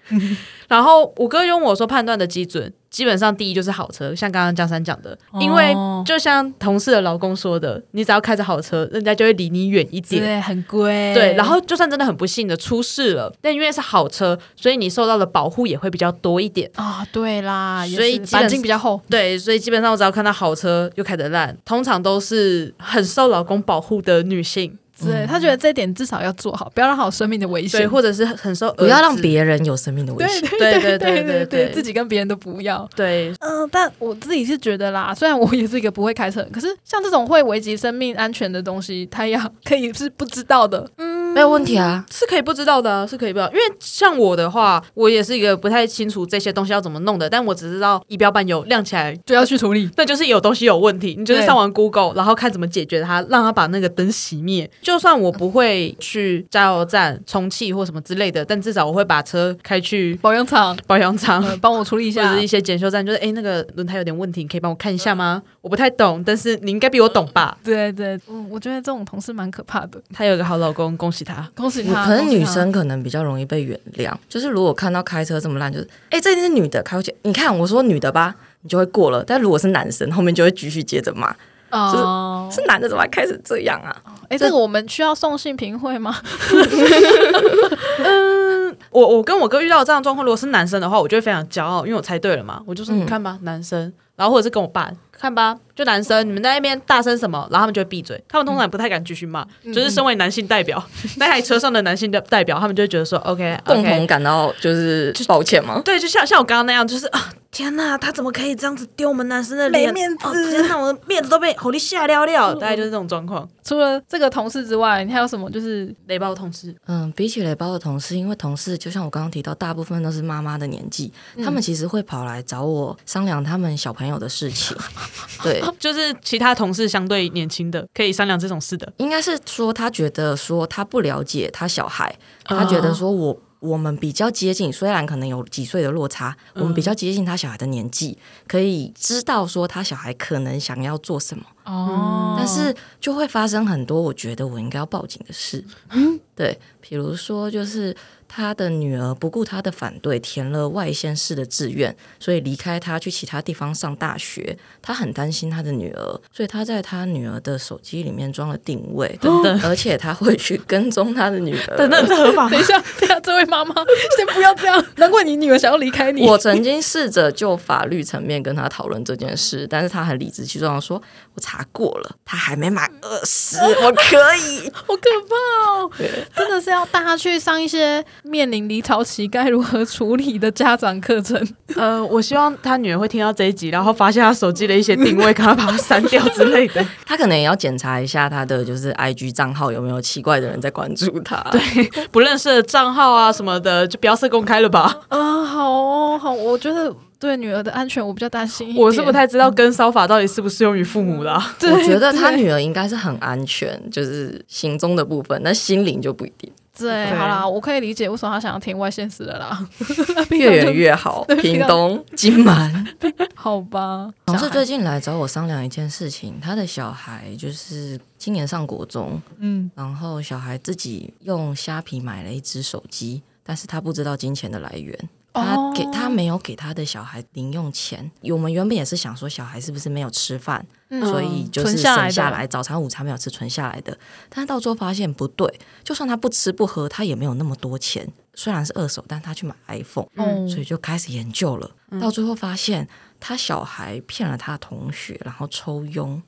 A: 然后我哥用我说判断的基准，基本上第一就是好车，像刚刚江山讲的，因为
B: 哦
A: 就像同事的老公说的，你只要开着好车，人家就会离你远一点。
B: 对，很贵。
A: 对，然后就算真的很不幸的出事了，但因为是好车，所以你受到的保护也会比较多一点。
B: 啊，对啦，也
A: 所以
B: 是
A: 基本
B: 钣金比较厚。
A: 对，所以基本上我只要看到好车又开得烂，通常都是很受老公保护的女性，
B: 对他觉得这一点至少要做好，不要让好生命的
A: 嗯
B: 危
A: 对，
B: 险。
A: 或者是很受
C: 不要
A: 儿
C: 让
A: 子
C: 别人有生命的危险。
A: 对对
B: 对
A: 对对
B: 对
A: 对
B: 自己跟别人都不要。
A: 对
B: 嗯、但我自己是觉得啦，虽然我也是一个不会开车，可是像这种会危及生命安全的东西，他也 可以是不知道的。
C: 没有问题啊。
A: 是可以不知道的啊、是可以不知道。因为像我的话，我也是一个不太清楚这些东西要怎么弄的，但我只知道仪表板有亮起来，
B: 就要去处理。
A: 那就是有东西有问题。你就是
B: 对
A: 上完 Google，然后看怎么解决它，让它把那个灯熄灭。就算我不会去加油站充气或什么之类的，但至少我会把车开去
B: 保养厂，
A: 保养 厂。
B: 呃，帮我处理一
A: 或
B: 下
A: 者是。一些检修站，就是哎、诶那个轮胎有点问题，你可以帮我看一下吗？我不太懂，但是你应该比我懂吧？
B: 对对，嗯，我觉得这种同事蛮可怕的。
A: 她有一个好老公，恭喜他。
B: 恭喜
C: 我
B: 他。
C: 嗯可能
B: 恭喜
C: 女
B: 他
C: 生可能比较容易被原谅，就是如果看到开车这么烂，就是哎、这一定是女的开过去，你看我说女的吧，你就会过了。但如果是男生，后面就会继续接着骂，
B: 哦，
C: 是男的怎么还开始这样啊？
B: 哎，这个我们需要送信评会吗？
A: 我我跟我哥遇到这样的状况，如果是男生的话，我就会非常骄傲，因为我猜对了嘛。我就说
C: 嗯
A: 你看吧，男生，然后或者是跟我爸看吧，就男生，你们在那边大声什么，然后他们就会闭嘴。他们通常也不太敢继续骂，
C: 嗯
A: 就是身为男性代 表，那台车上的男性的代表，他们就会觉得说 OK，
C: 共同感到就是抱歉吗？
A: 对，就像像我刚刚那样，就是啊，天哪，他怎么可以这样子丢我们男生的脸？
C: 没面子嗯
A: 哦天哪，我的面子都被狐狸吓尿尿，大概就是这种状况。
B: 除了这个同事之外，你还有什么？就是
A: 雷暴同事，
C: 嗯，比起雷包的同事，因为同事就像我刚刚提到，大部分都是妈妈的年纪，他们其实会跑来找我商量他们小朋友的事 情。对，
A: 就是其他同事相对年轻的，可以商量这种事的。
C: 应该是说他觉得说他不了解他小孩，他觉得说我。我们比较接近，虽然可能有几岁的落差，我们比较接近他小孩的年纪，可以知道说他小孩可能想要做什么，
B: 哦
C: 但是就会发生很多我觉得我应该要报警的事。
A: 嗯
C: 对，比如说就是他的女儿不顾他的反对，填了外县市的志愿，所以离开他去其他地方上大学。他很担心他的女儿，所以他在他女儿的手机里面装了定位，
A: 等等
C: 而且他会去跟踪他的女儿。
A: 等等，这合法吗
B: 等一？下，等一下，这位妈妈，先不要这样。难怪你女儿想要离开你。
C: 我曾经试着就法律层面跟他讨论这件事，但是他很理直气壮地说：“我查过了，他还没满二十，我可以。
B: 好可怕哦！真的是要大家去上一些面临离巢期该如何处理的家长课程。
A: 呃，我希望他女儿会听到这一集，然后发现他手机的一些定位，赶快把它删掉之类的。
C: 他可能也要检查一下他的就是 IG 账号有没有奇怪的人在关注 他。对，
A: 不认识的账号啊什么的，就不要设公开了吧。
B: 啊，好哦，好，我觉得对女儿的安全我比较担心一 点。
A: 我是不太知道跟骚法到底适不适用于父母啦。
B: 对，
C: 我觉得他
B: 对
C: 女儿应该是很安全，就是行踪的部分，那心灵就不一定，
B: 对，好啦，我可以理解为什么她想要听外县市的啦。
C: 越远越好。
B: 对
C: 屏东、金门。
B: 好吧，
C: 同事最近来找我商量一件事情，他的小孩就是今年上国中，
B: 嗯，
C: 然后小孩自己用虾皮买了一只手机，但是他不知道金钱的来源。
B: 哦
C: 他给他没有给他的小孩零用钱，我们原本也是想说小孩是不是没有吃饭，
B: 嗯
C: 所以就是
B: 存下来
C: 省
B: 的
C: 下来早餐、午餐没有吃，存下来的。但是到最后发现不对，就算他不吃不喝，他也没有那么多钱。虽然是二手，但他去买 iPhone，
B: 哦
C: 所以就开始研究了。
B: 嗯
C: 到最后发现他小孩骗了他的同学，然后抽佣。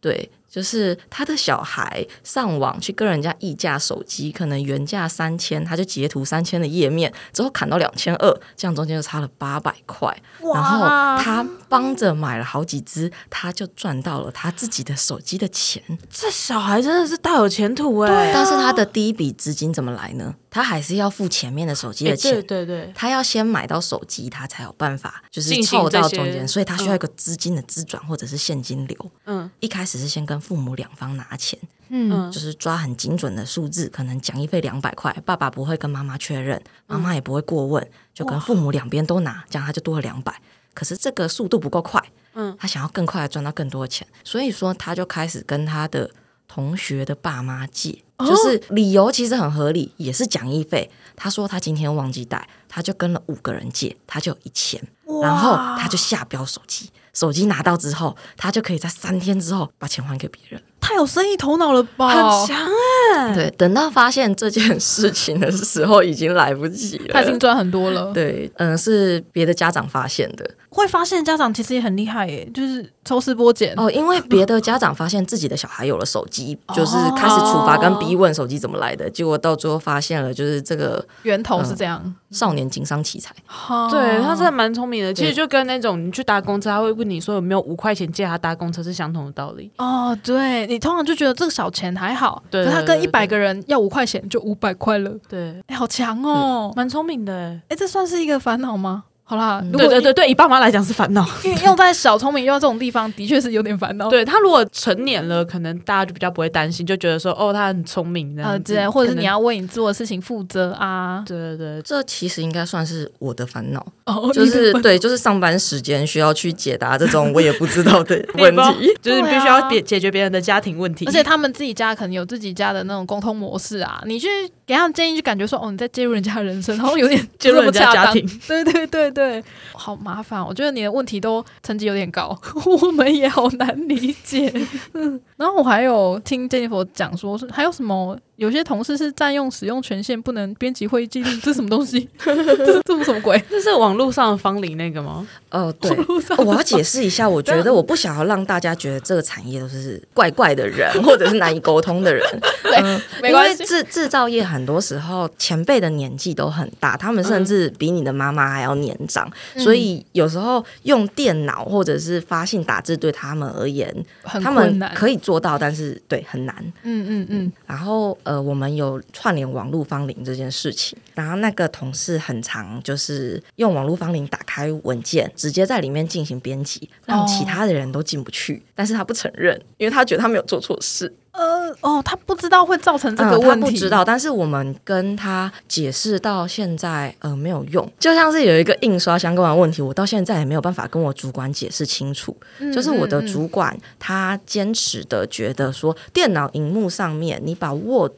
C: 对，就是他的小孩上网去跟人家议价手机，可能原价三千，他就截图三千的页面，之后砍到两千二，这样中间就差了八百块。然后他帮着买了好几只，他就赚到了他自己的手机的钱。
A: 这小孩真的是大有前途哎、
C: 但是他的第一笔资金怎么来呢？他还是要付前面的手机
A: 哎
C: 的钱。
A: 对对对，
C: 他要先买到手机，他才有办法就是
A: 进行
C: 凑到
A: 这些
C: 中间，所以他需要一个资金的资转或者是现金流。
A: 嗯
C: 一开始是先跟父母两方拿钱，
A: 嗯
C: 就，是抓很精准的数字，可能讲义费两百块，爸爸不会跟妈妈确认，
A: 嗯
C: 妈妈也不会过问，就跟父母两边都拿，这样他就多了两百。可是这个速度不够快，
A: 嗯，
C: 他想要更快的赚到更多的钱，所以说他就开始跟他的同学的爸妈借，
A: 哦
C: 就是理由其实很合理，也是讲义费。他说他今天忘记带，他就跟了五个人借，他就有一千，然后他就下标手机。手机拿到之后，他就可以在三天之后把钱还给别人。
B: 太有生意头脑了吧？
A: 很强哎、
C: 对，等到发现这件事情的时候，已经来不及了。
B: 他已经赚很多了。
C: 对，嗯，是别的家长发现的
B: 会发现家长其实也很厉害耶，就是抽丝剥茧。
C: 哦，因为别的家长发现自己的小孩有了手机，就是开始处罚跟逼问手机怎么来的，结果到最后发现了，就是这个
B: 源头是这样，
C: 少年经商奇才。
B: 哈
A: 对他真的蛮聪明的，其实
C: 对
A: 就跟那种你去搭公车，他会问你说有没有五块钱借他搭公车是相同的道理。
B: 哦，对你通常就觉得这个小钱还好，
A: 对
B: 可是他
A: 对
B: 跟
A: 对
B: 一百个人要五块钱就五百块了，
A: 对，
B: 哎，好强哦！
A: 蛮聪明的、欸。
B: 哎，这算是一个烦恼吗？好啦，如
A: 对
B: 果
A: 嗯对对对，以爸妈来讲是烦恼。
B: 因为 用在小聪明用到这种地方，的确是有点烦恼。
A: 对他如果成年了，可能大家就比较不会担心，就觉得说哦，他很聪明这样
B: 呃，
A: 子
B: 对，或者是
A: 可能
B: 你要为你做的事情负责啊。
A: 对对对，
C: 这其实应该算是我的烦恼，
B: 哦，
C: 就是
B: 一部分
C: 对，就是上班时间需要去解答这种我也不知道的 问
A: 面包
C: 题。
A: 就是
B: 对啊
A: 必须要解解决别人的家庭问题，
B: 而且他们自己家可能有自己家的那种沟通模式啊，你去给他们建议，就感觉说哦你在介入人家的人生，然后有点
A: 介入人家
B: 这么恰
A: 家
B: 当
A: 庭。
B: 对对对对，好麻烦。我觉得你的问题都成绩有点高， 我们也好难理解。嗯，然后我还有听 Jennifer 讲说，是还有什么有些同事是占用使用权限，不能编辑会议记录，这是什么东西？ 这这是什么鬼？
A: 这是网络上的芳龄那个吗？
C: 哦，对，哦我要解释 一下，我觉得
B: 啊
C: 我不想要让大家觉得这个产业都是怪怪的人， 或者是难以沟通的人。
B: 对， 没
C: 因为
B: 关系。
C: 制制造业很多时候前辈的年纪都很大，他们甚至比你的妈妈还要年长，
B: 嗯
C: 所以有时候用电脑或者是发信打字对他们而言，
B: 嗯很
C: 他
B: 困
C: 们
B: 难，
C: 可以做到，但是对很难。
B: 嗯嗯嗯，
C: 然后呃，我们有串联网络芳龄这件事情，然后那个同事很常就是用网络芳龄打开文件，直接在里面进行编辑，让其他的人都进不去，但是他不承认，因为他觉得他没有做错事，
B: 呃，哦，他不知道会造成这
C: 嗯
B: 个问
C: 他
B: 题，
C: 不知道，但是我们跟他解释到现在，呃，没有用，就像是有一个印刷相关的问题，我到现在也没有办法跟我主管解释清楚，
B: 嗯，
C: 就是我的
B: 嗯嗯
C: 主管，他坚持的觉得说，电脑荧幕上面你把 Word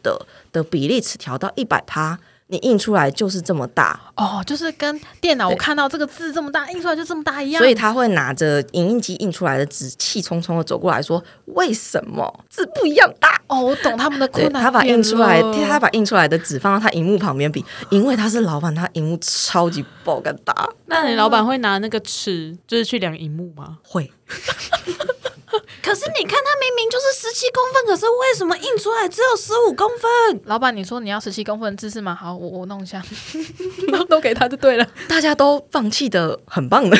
C: 的比例尺调到一百趴，你印出来就是这么大，
B: 哦，就是跟电脑我
C: 对
B: 看到这个字这么大，印出来就这么大一样，
C: 所以他会拿着影印机印出来的纸，气冲冲的走过来说：“为什么字不一样大？”
B: 哦，我懂他们的
C: 对
B: 困难点了。哦
C: 他把印出来，他把印出来的纸放到他荧幕旁边比，因为他是老板，他荧幕超级爆肝大，
A: 那你老板会拿那个尺，就是去量荧幕吗？
C: 会
A: 可是你看，它明明就是十七公分，可是为什么印出来只有十五公分？
B: 老板，你说你要十七公分的姿势吗？好，我我弄 一下，都给他就对了。
C: 大家都放弃的很棒的，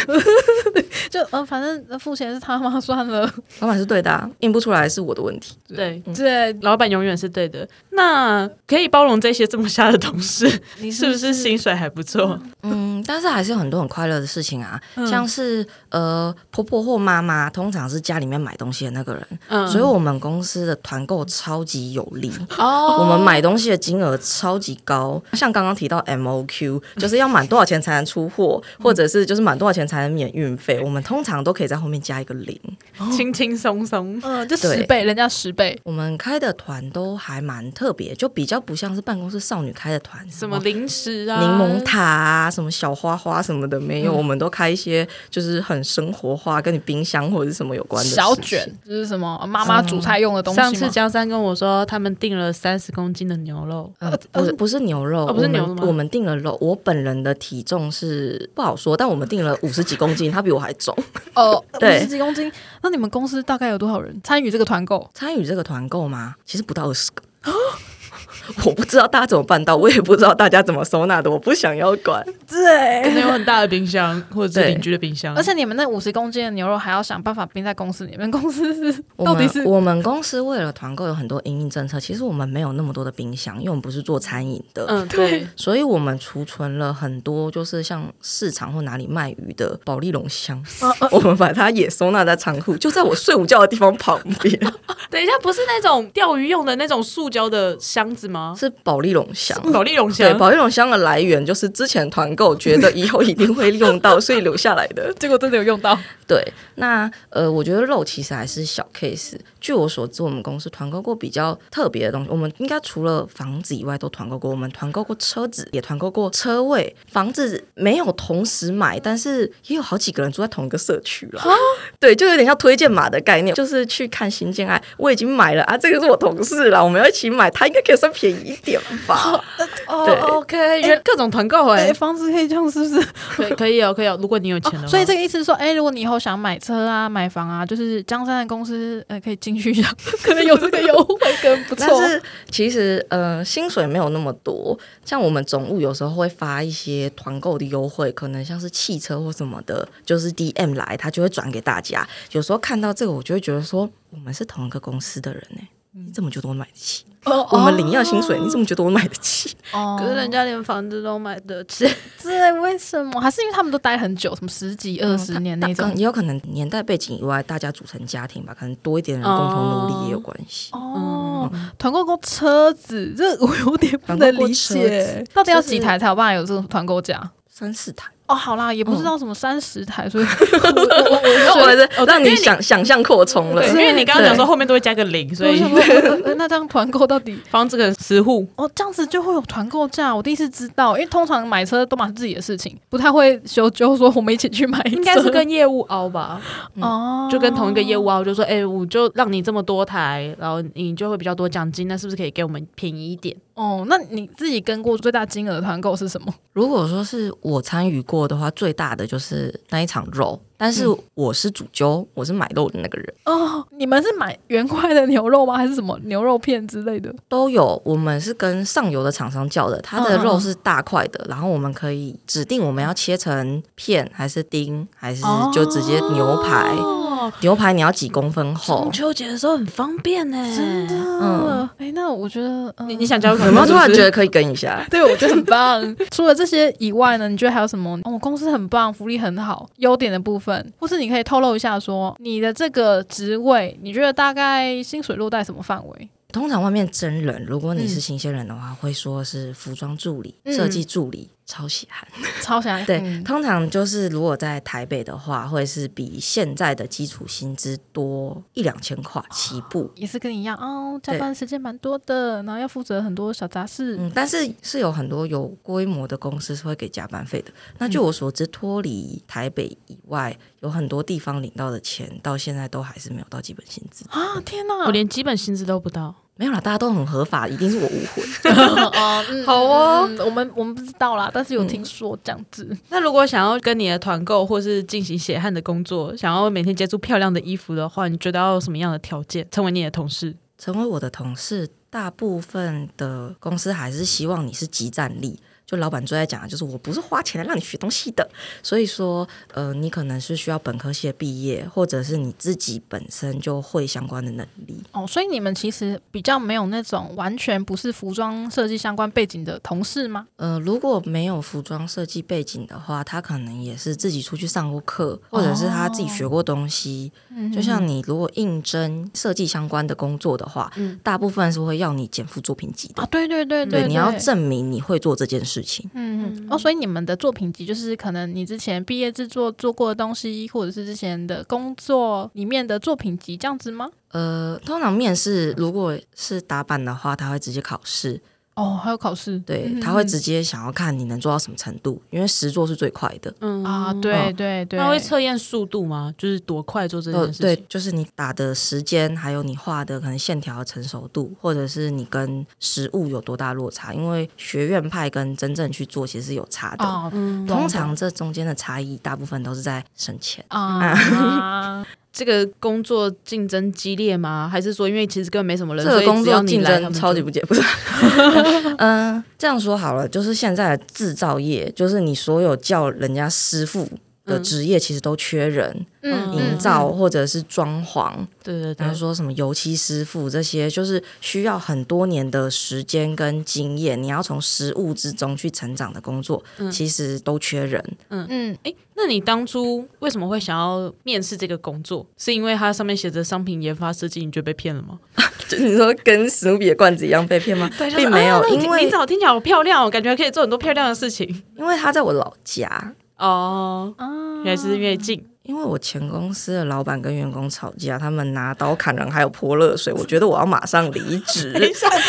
B: 就呃，反正呃付钱是他妈算了。
C: 老板是对的、啊，印不出来是我的问题。
A: 对，
B: 嗯对，
A: 老板永远是对的。那可以包容这些这么瞎的同事，
B: 你
A: 是不是薪水还不错？
C: 嗯，但是还是有很多很快乐的事情啊，
A: 嗯
C: 像是呃婆婆或妈妈，通常是家里面买东西的那个人，
A: 嗯，
C: 所以我们公司的团购超级有力。
B: 哦，
C: 我们买东西的金额超级高，像刚刚提到 MOQ，就是要满多少钱才能出货，
A: 嗯
C: 或者是就是满多少钱才能免运费，我们通常都可以在后面加一个零。
A: 轻轻松松。
B: 嗯、就
C: 对
B: 十倍，人家十倍。
C: 我们开的团都还蛮特别，就比较不像是办公室少女开的团，
A: 什么零食啊，
C: 柠檬塔啊，什么小花花什么的没
A: 嗯
C: 有，我们都开一些就是很生活化，跟你冰箱或者是什么有关的
B: 小
C: 事情
B: 卷。就是什么妈妈煮菜用的东西吗
A: 上次江山跟我说，他们订了三十公斤的牛肉，
B: 哦
C: 呃，不是不是牛肉，
A: 哦不是牛肉
C: 我
A: 吗
C: 们我们定了肉。我本人的体重是不好说，但我们定了五十几公斤，他比我还重。
B: 哦，
C: 对
B: 五十几公斤。那你们公司大概有多少人参与这个团购？
C: 参与这个团购吗？其实不到二十个。 我不知道大家怎么办到，我也不知道大家怎么收纳的，我不想要 管。
B: 嗯
A: 可能有很大的冰 箱，或者是
C: 对
A: 邻居的冰箱，
B: 而且你们那五十公斤的牛肉还要想办法冰在公司里，你们公司是
C: 我
B: 到底
C: 们
B: 是
C: 我们公司为了团购有很多营运政策，其实我们没有那么多的冰箱，因为我们不是做餐饮的，
A: 嗯，对，
C: 所以我们储存了很多就是像市场或哪里卖鱼的保利龙箱，我们把它也收纳在仓库，就在我睡午觉的地方旁 边。
A: 等一下，不是那种钓鱼用的那种塑胶的箱子吗？
C: 是保利龙箱。
B: 嗯
A: 保利龙
C: 对，
A: 箱，
C: 保利龙箱的来源就是之前团购觉得以后一定会用到，所以留下来的。
B: 结果真的有用到？
C: 对，那呃，我觉得肉其实还是小 case。据我所知，我们公司团购过比较特别的东西，我们应该除了房子以外都团购过，我们团购过车子，也团购过车位。房子没有同时买，但是也有好几个人住在同一个社区了。对，就有点像推荐码的概念，就是去看新建案，我已经买了啊，这个是我同事啦，我们要一起买，他应该可以算便宜一点吧。
A: 哦
C: 对
A: ，OK，原各种团购
B: 哎、
A: 哎，
B: 房子可以这样是不是？
A: 可以可以哦，可以哦，如果你有钱的话，
B: 哦，所以这个意思是说，哎、如果你以后想买车啊、买房啊，就是江山的公司，呃，可以进去一下， 可能有这个优惠，可能不错。
C: 但是其实呃，薪水没有那么多，像我们总务有时候会发一些团购的优惠，可能像是汽车或什么的，就是 DM 来，他就会转给大家。有时候看到这个，我就会觉得说，我们是同一个公司的人呢、你怎么觉得我买得起？
B: 哦
C: 我们领要薪水，你怎么觉得我买得起？
B: 哦，
A: 可是人家连房子都买得起，
B: 对，为什么？还是因为他们都待很久，什么十几、二十年那
C: 大
B: 种。
C: 也有可能年代背景以外，大家组成家庭吧，可能多一点人共同努力也有关系。
B: 哦，团购过车子，这我有点不
C: 团购
B: 能
C: 过
B: 理
C: 车
B: 解
C: 子，
B: 到底要
C: 就是
B: 几台才有办法有这种团购价？
C: 三四台，
B: 哦，好啦，也不知道什么三十台， 所以我我
C: 我
B: 我
C: 觉
B: 我
C: 得
A: 哦对
C: 让
A: 因
C: 你
A: 为你
C: 想想象扩充了
A: 对，。因为你刚刚讲说后面都会加个零，所
B: 所以
A: 以
B: 想说呃呃那这样团购到底
A: 房子可能十户，
B: 哦，这样子就会有团购价。我第一次知道，因为通常买车都买自己的事情，不太会修就说我们一起去买车，
A: 应该是跟业务凹吧，
B: 哦，
A: 就跟同一个业务凹，就说，哎，我就让你这么多台，然后你就会比较多奖金，那是不是可以给我们便宜一点？
B: 哦。那你自己跟过最大金额的团购是什么？
C: 如果说是我参与过的话，最大的就是那一场肉，但是
B: 嗯
C: 我是主揪，我是买肉的那个人，
B: 哦，你们是买原块的牛肉吗？还是什么牛肉片之类的？
C: 都有。我们是跟上游的厂商叫的，它的
B: 嗯嗯
C: 肉
B: 嗯
C: 是大块的，然后我们可以指定我们要切成片还是丁，还是
B: 哦
C: 就直接牛排。
A: 哦，
C: 牛排你要几公分厚？
A: 秋节的时候很方便呢，
B: 真的，
C: 嗯
B: 哎、那我觉得，嗯
A: 你你想加入
C: 有没有突然觉
A: 得？
C: 得可以跟一下？
B: 对，我觉得很棒。 除了这些以外呢，你觉得还有什么？我、哦、公司很棒，福利很好，优点的部分，或是你可以透露一下说，你的这个职位，你觉得大概薪水落在什么范围？
C: 通常外面真人，如果你是新鲜人的话，会说是服装助理、
B: 嗯
C: 设计助理，超喜欢。
B: 超想
C: 对，
B: 嗯
C: 通常就是如果在台北的话，会是比现在的基础薪资多一两千块
B: 啊
C: 起步。
B: 也是跟你一样哦，加班时间蛮多的，然后要负责很多小杂事。
C: 嗯，但是是有很多有规模的公司是会给加班费的。那
B: 嗯
C: 据我所知，脱离台北以外，有很多地方领到的钱，到现在都还是没有到基本薪资。
B: 啊，天哪！
A: 我 连基本薪资都不到，
C: 没有啦，大家都很合法，一定是我误会。
B: 哦， 嗯
A: 好哦
B: 嗯我们我们不知道啦，但是有听说这样子。
A: 那如果想要跟你的团购或是进行血汗的工作，想要每天接触漂亮的衣服的话，你觉得要有什么样的条件成为你的同事？
C: 成为我的同事，大部分的公司还是希望你是集战力。就老板最爱讲的就是，我不是花钱来让你学东西的。所以说，呃，你可能是需要本科系的毕业，或者是你自己本身就会相关的能力。
B: 哦，所以你们其实比较没有那种完全不是服装设计相关背景的同事吗？
C: 呃，如果没有服装设计背景的话，他可能也是自己出去上过课，或者是他自己学过东西。
B: 嗯
C: 就像你如果应征设计相关的工作的话，大部分是会要你减负作品集的。
B: 啊，对对对
C: 嗯对，
B: 对，
C: 你要证明你会做这件事情。
B: 嗯，哦，所以你们的作品集就是可能你之前毕业制作做过的东西，或者是之前的工作里面的作品集这样子吗？
C: 呃，通常面试如果是打板的话，他会直接考试，
B: 哦，还有考试，
C: 对
B: 嗯，
C: 他会直接想要看你能做到什么程度，因为实做是最快的。
A: 嗯
B: 啊，对对对，
A: 那会测验速度吗？就是多快做这件
C: 呃，
A: 事情？
C: 对，就是你打的时间，还有你画的可能线条的成熟度，或者是你跟实物有多大落差，因为学院派跟真正去做其实是有差的。哦
B: 啊
A: 嗯，
C: 通常这中间的差异，大部分都是在省钱。
B: 啊，
A: 这个工作竞争激烈吗？还是说，因为其实根本没什么人，
C: 这个
A: 所以
C: 工
A: 只要
C: 作
A: 你
C: 竞
A: 来他
C: 争
A: 们就
C: 超级不解，不是？嗯、这样说好了，就是现在的制造业，就是你所有叫人家师傅
A: 嗯
C: 的职业，其实都缺人，
B: 嗯，
C: 营造或者是装潢，
A: 对对
C: 然
A: 对，
C: 后说什么油漆师傅这些，就是需要很多年的时间跟经验，你要从实物之中去成长的工作，
A: 嗯
C: 其实都缺人。
B: 嗯，
A: 哎，那你当初为什么会想要面试这个工作？是因为它上面写着商品研发设计，你觉得被骗了吗？
C: 就你说跟史努比的罐子一样被骗吗？
A: 对，啊
C: 并没有，因
A: 你
C: 为
A: 怎么听起来好漂亮哦，感觉还可以做很多漂亮的事情
C: 因为他在我老家，
A: 哦。
B: 嗯啊
A: 原来是因为近，
C: 因为我前公司的老板跟员工吵架，他们拿刀砍人，还有泼热水，我觉得我要马上离 职。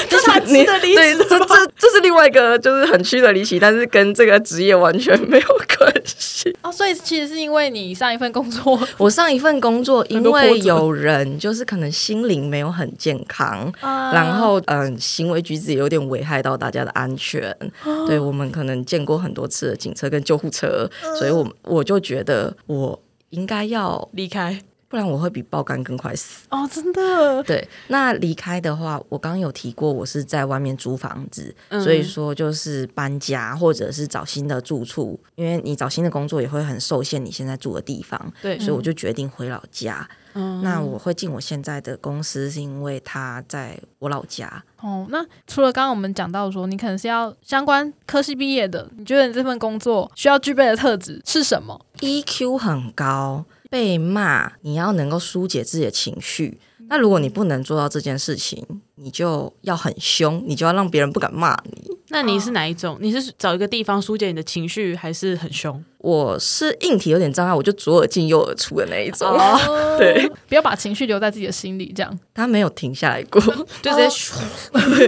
C: 这是你
A: 的离
C: 对，这这这是另外一个就是很虚的离奇，但是跟这个职业完全没有关系。
B: 哦，所以其实是因为你上一份工 作，
C: 我上一份工作，因
A: 很多波折
C: 为有人就是可能心灵没有很健康，
B: 啊
A: 啊
C: 然后嗯，行为举止有点危害到大家的安全。
A: 啊
C: 对我们可能见过很多次的警车跟救护车，所以
A: 嗯
C: 我我就觉得我应该要，
A: 离开，
C: 不然我会比爆肝更快死。
B: 哦，真的，
C: 对，那离开的话，我刚刚有提过，我是在外面租房子，
A: 嗯
C: 所以说就是搬家或者是找新的住处，因为你找新的工作也会很受限你现在住的地方，
A: 对
C: 所以我就决定回老家。
A: 嗯
C: 那我会进我现在的公司，是因为它在我老家。
B: 哦，那除了刚刚我们讲到说，你可能是要相关科系毕业的，你觉得你这份工作需要具备的特质是什么？
C: EQ E 很高，被骂你要能够疏解自己的情绪。那如果你不能做到这件事情，你就要很凶，你就要让别人不敢骂你。
A: 啊那你是哪一种？你是找一个地方疏解你的情绪，还是很凶？
C: 我是硬体有点障碍，我就左耳进右耳出的那一种。
B: 哦
C: 对，
B: 不要把情绪留在自己的心里，这样
C: 他没有停下来过，
A: 就直接
C: 哦
A: 咻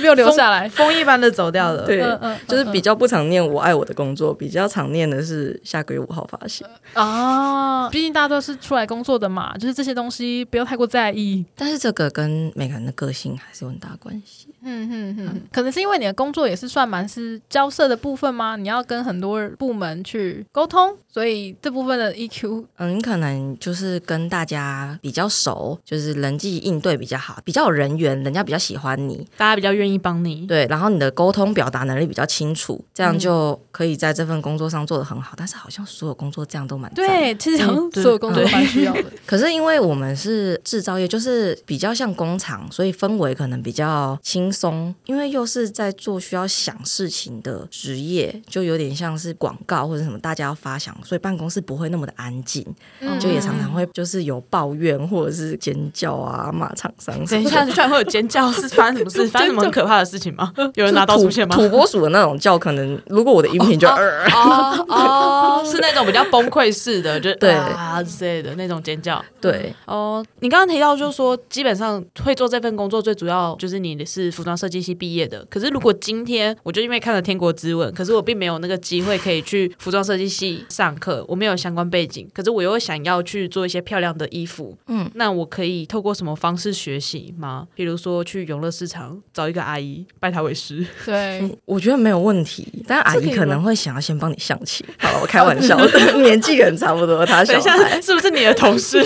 B: 没有留下来。
A: 风一般的走掉了。
C: 对，
B: 嗯嗯
C: 就是
B: 嗯
C: 比较不常念我爱我的工作，比较常念的是下个月五号发行。
B: 啊，毕竟大家都是出来工作的嘛，就是这些东西不要太过在意。
C: 但是这个跟每个人的个性还是有很大关系。
B: 嗯嗯嗯，可能是因为你的工作也是算蛮是交涉的部分吗？你要跟很多部门去沟通，所以这部分的 E EQ
C: 嗯，你可能就是跟大家比较熟，就是人际应对比较好，比较有人缘，人家比较喜欢你，
A: 大家比较愿意帮你。
C: 对，然后你的沟通表达能力比较清楚，这样就可以在这份工作上做得很好。但是好像所有工作这样都蛮赞的，
B: 对，其实好像
A: 对
B: 所有工作都蛮需要的。
C: 可是因为我们是制造业，就是比较像工厂，所以氛围可能比较轻松。因为又是在做需要想事情的职业，就有点像是广告或者什么，大家要发想，所以办公室不会那么的安静，
B: 嗯
C: 就也常常会就是有抱怨或者是尖叫啊、骂厂商什
A: 等
C: 么
A: 一
C: 的。
A: 下，居然会有尖叫，是发生 什么事？发生什么很可怕的事情吗？有人拿刀
C: 土
A: 出现吗？
C: 土拨鼠的那种叫，可能如果我的音频就、呃
A: 哦 哦，是那种比较崩溃式的，就是
C: 对
A: 啊之类的那种尖叫。
C: 对，
A: 哦，你刚刚提到就是说，基本上会做这份工作，最主要就是你是服装设计系毕业的。可是如果今天我就因为看了《天国之吻》，可是我并没有那个机会可以去服装设计系上课，我没有相关背景，可是我又想要去做一些漂亮的衣服，嗯，那我可以透过什么方式学习吗？比如说去永乐市场找一个阿姨，拜她为师。
B: 对，
C: 我觉得没有问题，但阿
A: 这可
C: 姨
A: 以
C: 可
A: 吗
C: 能会想要先帮你相亲。好了，我开 玩笑的，年纪可能差不多，她
A: 等
C: 小
A: 一下
C: 孩。，
A: 是不是你的同 事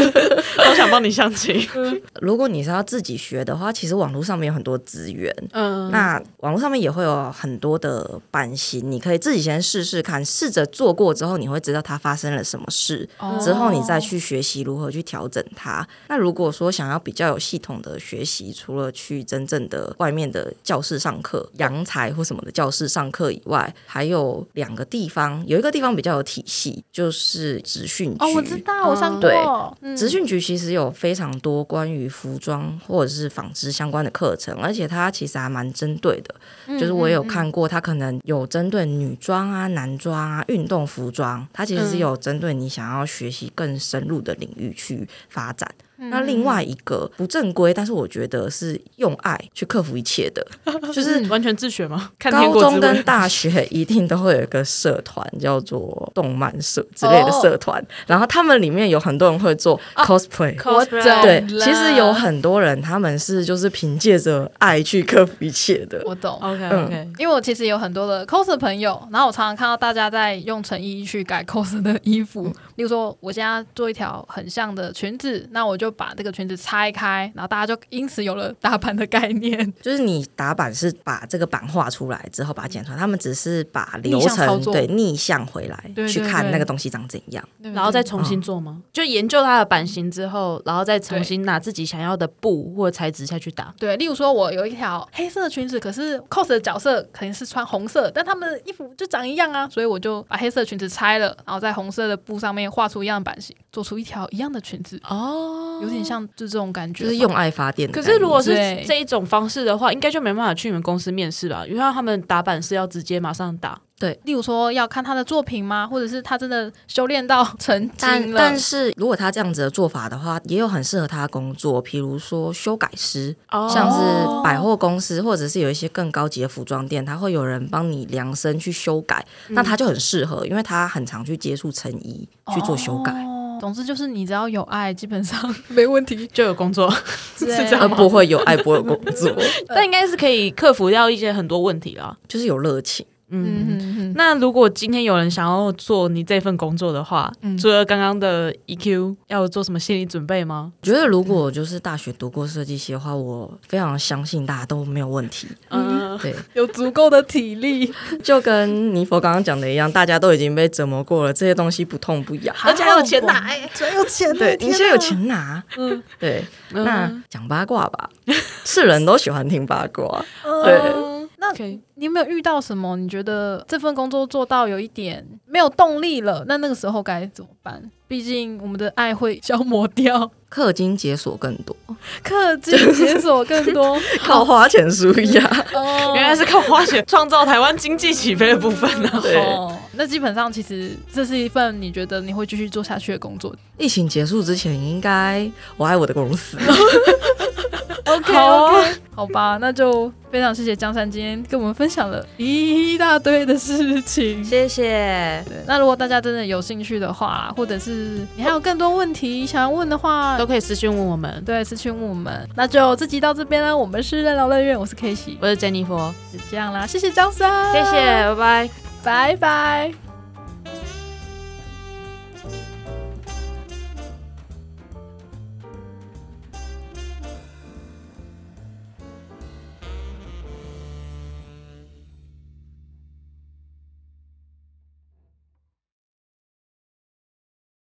A: 都想帮你相亲？
C: 嗯如果你是要自己学的话，其实网络上面有很多资源。
A: 嗯，
C: 那网络上面也会有很多的版型，你可以自己先试试看，试着做过之后，你会知道它发生了什么事，
B: 哦
C: 之后你再去学习如何去调整它。那如果说想要比较有系统的学习，除了去真正的外面的教室上课、阳台或什么的教室上课以外，还有两个地方，有一个地方比较有体系，就是职训局。
B: 哦，我知道，我上
C: 对
B: 过，嗯
C: 职训局其实有非常多关于服装或者是纺织相关的课程，而且它其实还蛮针对的。
A: 嗯
C: 就是我有看过，它可能有针对女装啊、男装啊、运动服装，它其实是
A: 嗯
C: 有针对你想要学习更深入的领域去发展。
A: 嗯
B: 嗯
C: 那另外一个不正规，但是我觉得是用爱去克服一切的，就是
A: 完全自学吗？看《天
C: 高
A: 国之
C: 中
A: 吻
C: 跟》大学一定都会有一个社团，叫做动漫社之类的
A: 哦
C: 社团，然后他们里面有很多人会做 cosplay。
B: 我懂了
C: 对，其实有很多人，他们是就是凭借着爱去克服一切的。
B: 我懂。
A: OK OK，
C: 嗯
B: 因为我其实有很多的 cos 朋友，然后我常常看到大家在用成衣去改 cos 的衣服。
C: 嗯
B: 例如说，我现在做一条很像的裙子，那我就把这个裙子拆开，然后大家就因此有了打版的概念。
C: 就是你打板是把这个版画出来之后把它剪出来，他们只是把流
B: 逆向操
C: 程
B: 作
C: 对逆向回来
B: 对对
C: 去看
B: 对
C: 那个东西长怎样。
A: 然后再重新做吗？嗯就研究它的版型之后，然后再重
B: 对
A: 新拿自己想要的布或材质下去打。
B: 对，例如说，我有一条黑色的裙子，可是 cos 的角色肯定是穿红色，但他们的衣服就长一样啊，所以我就把黑色的裙子拆了，然后在红色的布上面画出一样的版型，做出一条一样的裙子，
A: 哦
B: 有点。像就这种感觉
C: 就
B: 吧。
C: 是用爱发电的
A: 可
C: 概念。
A: 是如果是
B: 对
A: 这一种方式的话，应该就没办法去你们公司面试吧？因为他们打版是要直接马上打。
B: 例如说要看他的作品吗？或者是他真的修炼到成
C: 但
B: 精了？哦
C: 但是如果他这样子的做法的话，也有很适合他的工作，譬如说修改师，
A: 哦
C: 像是百货公司或者是有一些更高级的服装店，他会有人帮你量身去修改，
B: 嗯
C: 那他就很适合，因为他很常去接触成衣去做修改，
B: 哦总之就是你只要有爱，基本上 没问题。
A: 就有工 作，
B: 是
A: 这样
C: 而
A: 吗
C: 不会有爱不会有工作，
A: 但应该是可以克服掉一些很多问题啦。
C: 就是有热情。
A: 嗯，
B: 嗯嗯嗯，
A: 那如果今天有人想要做你这份工作的话，
B: 嗯
A: 除了刚刚的 EQ，要做什么心理准备吗？
C: 觉得如果就是大学读过设计系的话，我非常相信大家都没有问 题。
A: 嗯，
C: 对，
B: 有足够的体 力，
C: 就跟尼佛刚刚讲的一样，大家都已经被折磨过了，这些东西不痛不 痒，而且还有钱拿、欸，还有钱、对，
B: 啊
C: 你现在有钱拿， 嗯，对。那讲八卦吧，是人都喜欢听八卦，对。
B: 嗯。
A: OK，
B: 你有没有遇到什么？你觉得这份工作做到有一点没有动力了，那那个时候该怎么办？毕竟我们的爱会消磨 掉，
C: 氪金解锁更 多，
B: 氪金解锁更多。
C: 靠花钱输压。
B: 哦
A: 原来是靠花钱创造台湾经济起飞的部分呢、
C: 对
B: 哦，那基本上其实这是一份你觉得你会继续做下去的工作。
C: 疫情结束之前，应该我爱我的公司。
B: OK
A: 好啊
B: OK，好吧，那就非常谢谢江山今天跟我们分享了一大堆的事情。
C: 谢谢，
B: 对，那如果大家真的有兴趣的话，或者是你还有更多问题想要问的话，
A: 都可以私讯问我们。
B: 对，私讯我们。那就这集到这边啦，我们是任劳任怨，我是 K 喜，
A: 我是 Jennifer，
B: 就这样啦，谢谢江山，
A: 谢谢，，拜拜。
B: 拜拜。